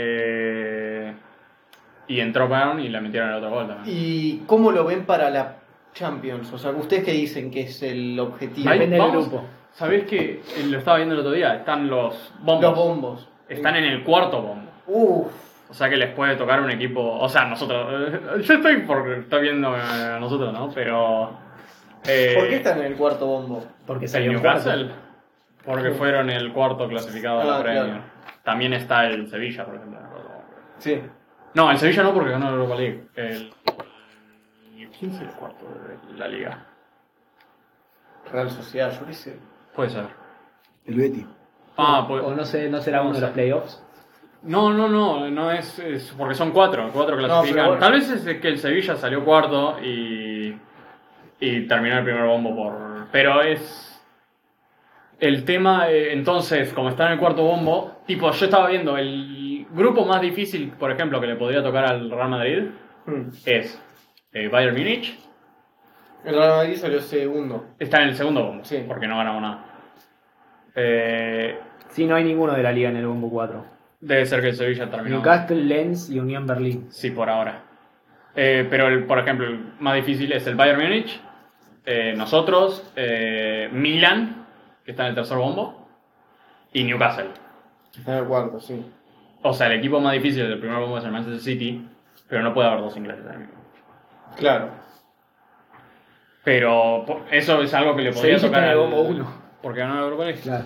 S5: Eh, y entró Brown y le metieron el otro gol también.
S2: ¿Y cómo lo ven para la Champions? O sea, ¿ustedes qué dicen que es el objetivo?
S5: Ahí
S1: Depende del
S5: vamos.
S1: grupo.
S5: ¿Sabés que lo estaba viendo el otro día? Están los bombos.
S2: Los bombos.
S5: Están en el cuarto bombo.
S2: Uf.
S5: O sea que les puede tocar un equipo. O sea, nosotros. eh, Yo estoy porque está viendo eh, a nosotros, ¿no? Pero. eh,
S2: ¿Por qué están en el cuarto bombo?
S1: Porque
S5: El
S1: salió
S5: Newcastle. Porque fueron el cuarto clasificado de
S2: Ah,
S5: la Premier.
S2: claro.
S5: También está el Sevilla, por ejemplo.
S2: Sí.
S5: No, el Sevilla no, porque ganó la Europa League. El. ¿Quién es el cuarto de la liga?
S2: Real Sociedad, yo qué sé.
S5: Puede ser.
S3: El Betty.
S5: Ah, pues.
S1: O no, sé, no será uno de los playoffs.
S5: No, no, no, no es, es- porque son cuatro, cuatro
S2: pero
S5: clasifican.
S2: bueno.
S5: Tal vez es que el Sevilla salió cuarto y, y terminó el primer bombo por... Pero es... El tema, eh, entonces, como está en el cuarto bombo, tipo, yo estaba viendo el grupo más difícil, por ejemplo, que le podría tocar al Real Madrid
S2: Hmm.
S5: es eh, Bayern Múnich,
S2: El Real Madrid salió segundo.
S5: está en el segundo bombo,
S2: Sí.
S5: porque no ganamos nada. Eh,
S1: Sí, no hay ninguno de la liga en el Bombo 4.
S5: debe ser que el Sevilla terminó...
S1: Newcastle, Lens y Unión Berlín.
S5: Sí, por ahora. Eh, pero, el, por ejemplo, el más difícil es el Bayern Múnich, eh, nosotros, eh, Milan, que está en el tercer bombo, y Newcastle.
S2: Está en el cuarto, sí.
S5: O sea, el equipo más difícil del primer bombo es el Manchester City, pero no puede haber dos ingleses en el mismo.
S2: Claro.
S5: Pero po- eso es algo que le podría
S1: Sevilla
S5: tocar
S1: está en el
S5: al-
S1: bombo uno.
S5: Porque ganó la Europa League.
S1: Claro.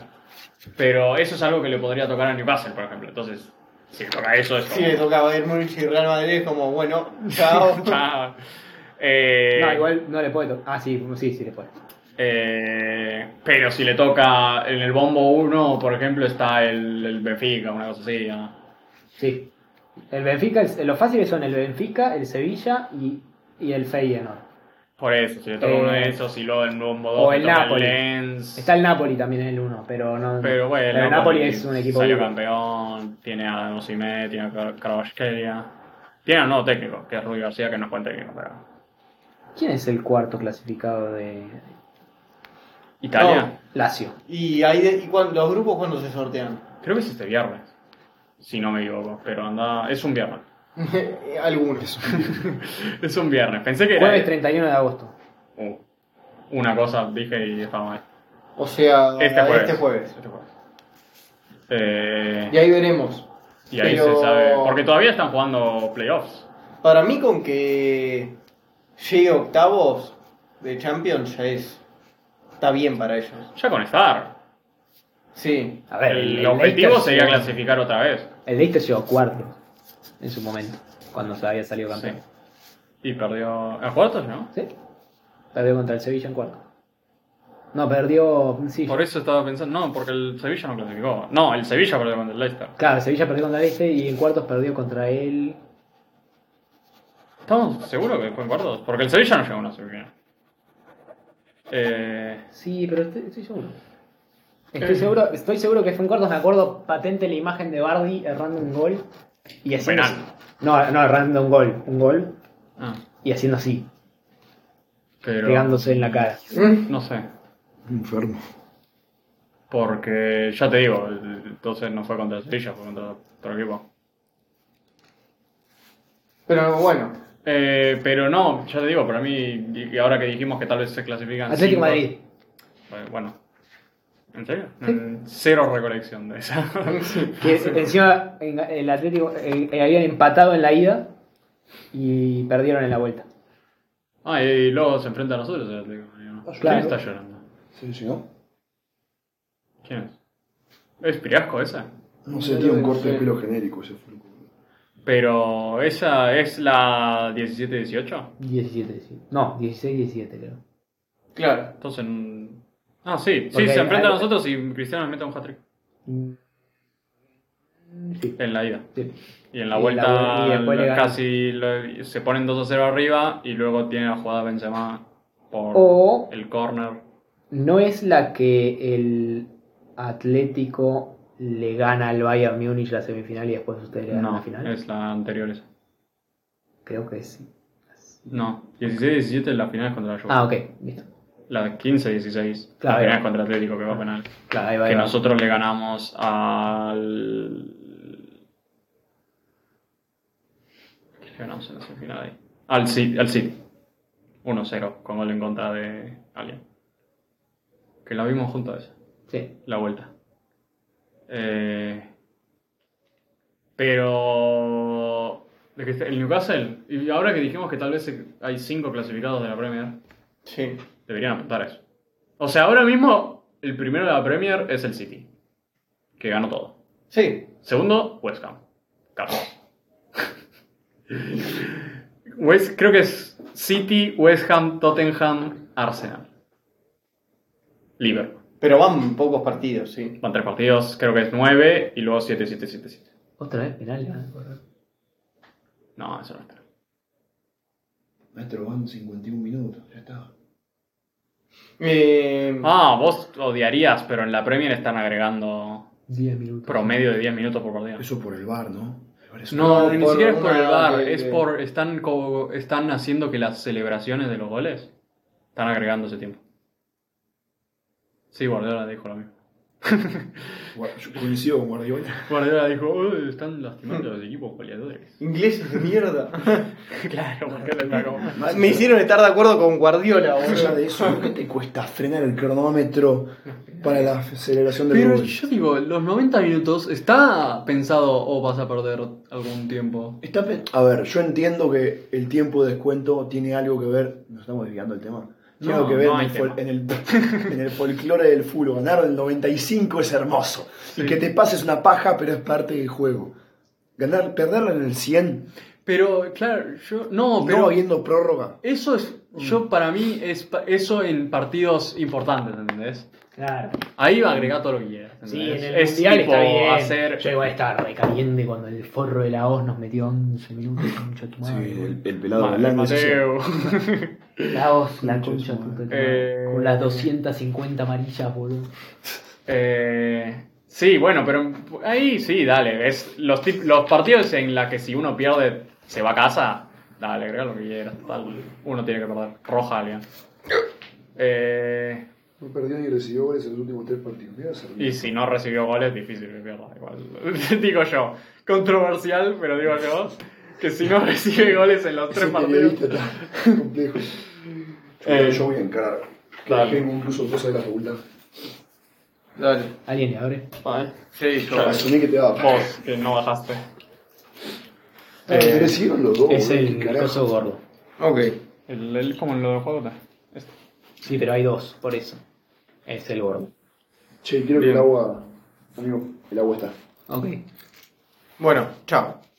S5: Pero eso es algo que le podría tocar a Newcastle, por ejemplo. Entonces, si le toca eso, es
S2: Si
S5: como-
S2: le tocaba Bayern Múnich y Real Madrid, es como, bueno, chao.
S5: Chao. Ah, Eh,
S1: No, igual no le puede to- Ah, sí, sí, sí le puede.
S5: Eh, pero si le toca en el bombo 1, por ejemplo, está el, el Benfica, una cosa así. ¿no?
S1: Sí. El Benfica, el- los fáciles son el Benfica, el Sevilla y, y el Feyenoord.
S5: Por eso, si le toca
S1: Eh,
S5: uno de esos y luego en el bombo 2.
S1: o el Napoli. Está el Napoli también en el 1, pero no.
S5: Pero bueno,
S1: pero el Napoli es un equipo
S5: Salió
S1: duro.
S5: campeón, tiene a Osimé, tiene a Car- Carabasquelia. Tiene a un nuevo técnico, que es Rui García, que no es buen técnico, pero.
S1: ¿Quién es el cuarto clasificado de
S5: Italia,
S1: Lazio?
S2: ¿Y, ahí de- y cuán- los grupos cuándo se sortean?
S5: creo que es este viernes, si no me equivoco, pero anda. Es un viernes.
S2: Algunos.
S5: es un viernes, pensé que era.
S1: Jueves 31 de agosto.
S5: Uh, una cosa dije y estaba mal.
S2: O sea,
S5: Este jueves.
S2: jueves.
S5: Eh,
S2: Y ahí veremos.
S5: y ahí
S2: pero-
S5: se sabe. Porque todavía están jugando playoffs.
S2: Para mí, con que llegue a octavos de Champions ya es. Está bien para ellos.
S5: Ya con estar.
S2: Sí.
S1: A ver,
S5: El, objetivo
S1: Leicester
S5: sería
S1: llegó-
S5: clasificar otra vez.
S1: El Leicester llegó cuarto en su momento, cuando se había salido
S5: Sí.
S1: campeón.
S5: Y perdió. ¿En cuartos, no?
S1: ¿Sí? Perdió contra el Sevilla en cuarto. No, perdió. Sí.
S5: Por eso estaba pensando. No, porque el Sevilla no clasificó. No, el Sevilla perdió contra el Leicester.
S1: Claro, el Sevilla perdió contra el Este y en cuartos perdió contra el.
S5: ¿Estamos seguros que fue en cuartos? Porque el Sevilla no llegó a una semifinal. Eh,
S1: Sí, pero estoy, estoy seguro. Estoy seguro, estoy seguro que fue en cuartos. Me acuerdo patente la imagen de Bardi errando un gol y haciendo.
S5: Penal.
S1: No, no, errando un gol. Un gol
S5: ah,
S1: y haciendo así,
S5: pero.
S1: pegándose en la cara.
S5: No sé.
S3: Enfermo.
S5: Porque ya te digo, el- entonces no fue contra el Sevilla, fue contra otro equipo.
S2: Pero bueno.
S5: Eh, pero no, ya te digo, para mí, y ahora que dijimos que tal vez se clasifican.
S1: Atlético
S5: cinco-
S1: Madrid.
S5: Eh, Bueno, ¿en serio? Mm, Cero recolección de esa.
S1: Que es- encima en- el Atlético eh, eh, habían empatado en la ida y perdieron en la vuelta.
S5: ah, y luego se enfrenta a nosotros el Atlético Madrid, ¿no? ¿Quién
S1: Claro.
S5: está llorando?
S3: ¿Se llegó?
S5: ¿Quién es? ¿Es Piriasco esa?
S3: No sé, tiene un
S2: no
S3: corte
S2: sé.
S3: de pelo genérico ese fue.
S5: Pero, ¿esa es la 17-18?
S1: 17, sí. No, 16-17 creo.
S2: Claro.
S5: Entonces. mm, Ah, sí, sí,
S1: Porque
S5: se
S1: hay-
S5: enfrenta a
S1: hay-
S5: Mm. nosotros y Cristiano nos mete un hat-trick.
S1: Mm. Sí.
S5: en la ida.
S1: sí.
S5: Y en la
S1: Y la
S5: vuelta
S1: vuel- y después le ganan.
S5: casi lo- se ponen 2 a 0 arriba y luego tiene la jugada Benzema por
S1: O-
S5: el corner.
S1: ¿No es la que el Atlético le gana al Bayern Múnich la semifinal y después ustedes le ganan
S5: No,
S1: la final?
S5: es la anterior esa.
S1: Creo que sí.
S5: No, 16-17 la final contra la Juve.
S1: Ah, ok, listo.
S5: La 15-16
S1: Claro.
S5: la final contra Atlético que va a penal.
S1: Claro, ahí va.
S5: que
S1: ahí va.
S5: nosotros le ganamos al. ¿Qué le ganamos en la semifinal ahí? Al City. Al City. 1-0, con gol en contra de alguien. Que la vimos juntos esa,
S1: Sí.
S5: la vuelta. Eh, pero. de que está- El Newcastle, y ahora que dijimos que tal vez hay 5 clasificados de la Premier,
S2: Sí.
S5: Deberían apuntar a eso. O sea, ahora mismo el primero de la Premier es el City, que ganó todo.
S2: Sí.
S5: Segundo, West Ham. Capo. West, creo que es City, West Ham, Tottenham, Arsenal. Liverpool.
S2: Pero van pocos partidos, sí.
S5: Van tres partidos, creo que es nueve y luego siete, siete, siete, siete.
S1: Otra vez penal le van a correr.
S5: No, eso no está.
S3: Maestro, van 51 minutos, ya está.
S2: Eh,
S5: Ah, vos odiarías, pero en la Premier están agregando
S1: 10 minutos.
S5: promedio de 10 minutos por partido.
S3: Eso por el bar, ¿no? El VAR es una-
S5: No,
S2: No,
S5: ni
S2: por
S5: siquiera es por
S2: una-
S5: el bar,
S2: que-
S5: es
S2: que-
S5: por. Están, co- están haciendo que las celebraciones de los goles están agregando ese tiempo. Sí, Guardiola dijo lo mismo.
S3: Bueno, yo coincido con Guardiola.
S5: Guardiola dijo, "Uy, están lastimando a los equipos goleadores.
S2: Ingleses de mierda.
S5: claro, porque le está como-
S2: Me hicieron estar de acuerdo con Guardiola,
S3: Más allá de
S2: boludo.
S3: eso, ¿no? ¿qué te cuesta frenar el cronómetro para la aceleración del
S5: Pero
S3: gol?
S5: yo digo, los 90 minutos está pensado o vas a perder algún tiempo.
S3: Está pe- a ver, yo entiendo que el tiempo de descuento tiene algo que ver. Nos estamos desviando del tema. Tiene
S5: No,
S3: algo que ver
S5: no
S3: en,
S5: hay
S3: el fol- en el, en el folclore del fútbol. Ganar el 95 es hermoso. Y que te pases una paja, pero es parte del juego. Ganar, perderla en el 100,
S5: Pero, claro, yo. No,
S3: no
S5: pero.
S3: habiendo prórroga.
S5: eso es.
S6: Mm.
S5: Yo, para mí, es pa- eso en partidos importantes, ¿entendés?
S6: Claro.
S5: Ahí va a agregar todo lo que quieras.
S6: Sí,
S5: ¿entendés?
S6: en el mundial
S5: tipo
S6: está bien.
S5: hacer.
S6: Yo igual estaba re caliente cuando el forro de la voz nos metió 11 minutos. Concha tu madre.
S3: pelado
S5: Madre, Mateo.
S6: La voz, la
S3: Concha
S6: concha
S3: tu
S6: tu
S3: madre.
S6: tu madre.
S5: Eh.
S6: Con las 250 amarillas, boludo.
S5: Eh, sí, bueno, pero ahí sí, dale. Es los, tip- los partidos en los que si uno pierde se va a casa, dale, agrega lo que quieras. Tal. Uno tiene que perder. Roja a alguien. Eh,
S3: No perdió ni recibió goles en los últimos tres partidos. Mira, se ríe.
S5: y si no recibió goles, difícil que pierda. Igual. digo yo, controversial, pero digo yo, que si no recibe goles en los
S3: Ese
S5: tres partidos. Eh,
S3: periodista está complejo. Yo, creo que yo voy a encarar.
S5: claro.
S3: Que tengo incluso cosas de la facultad.
S2: Dale.
S1: ¿Alguien le abre?
S5: Sí, yo.
S3: Asumí que te va a...
S5: Vos, que no bajaste.
S3: Eh, Merecieron los dos.
S1: Es
S3: boludo,
S1: el
S3: carajo.
S1: coso gordo.
S2: Ok.
S5: El, el- como en lo de juego.
S1: Sí, pero hay dos, por eso. Es el gordo.
S3: Che, quiero que
S5: Bien.
S3: el agua. Amigo, el agua está.
S1: Ok.
S2: Bueno, chao.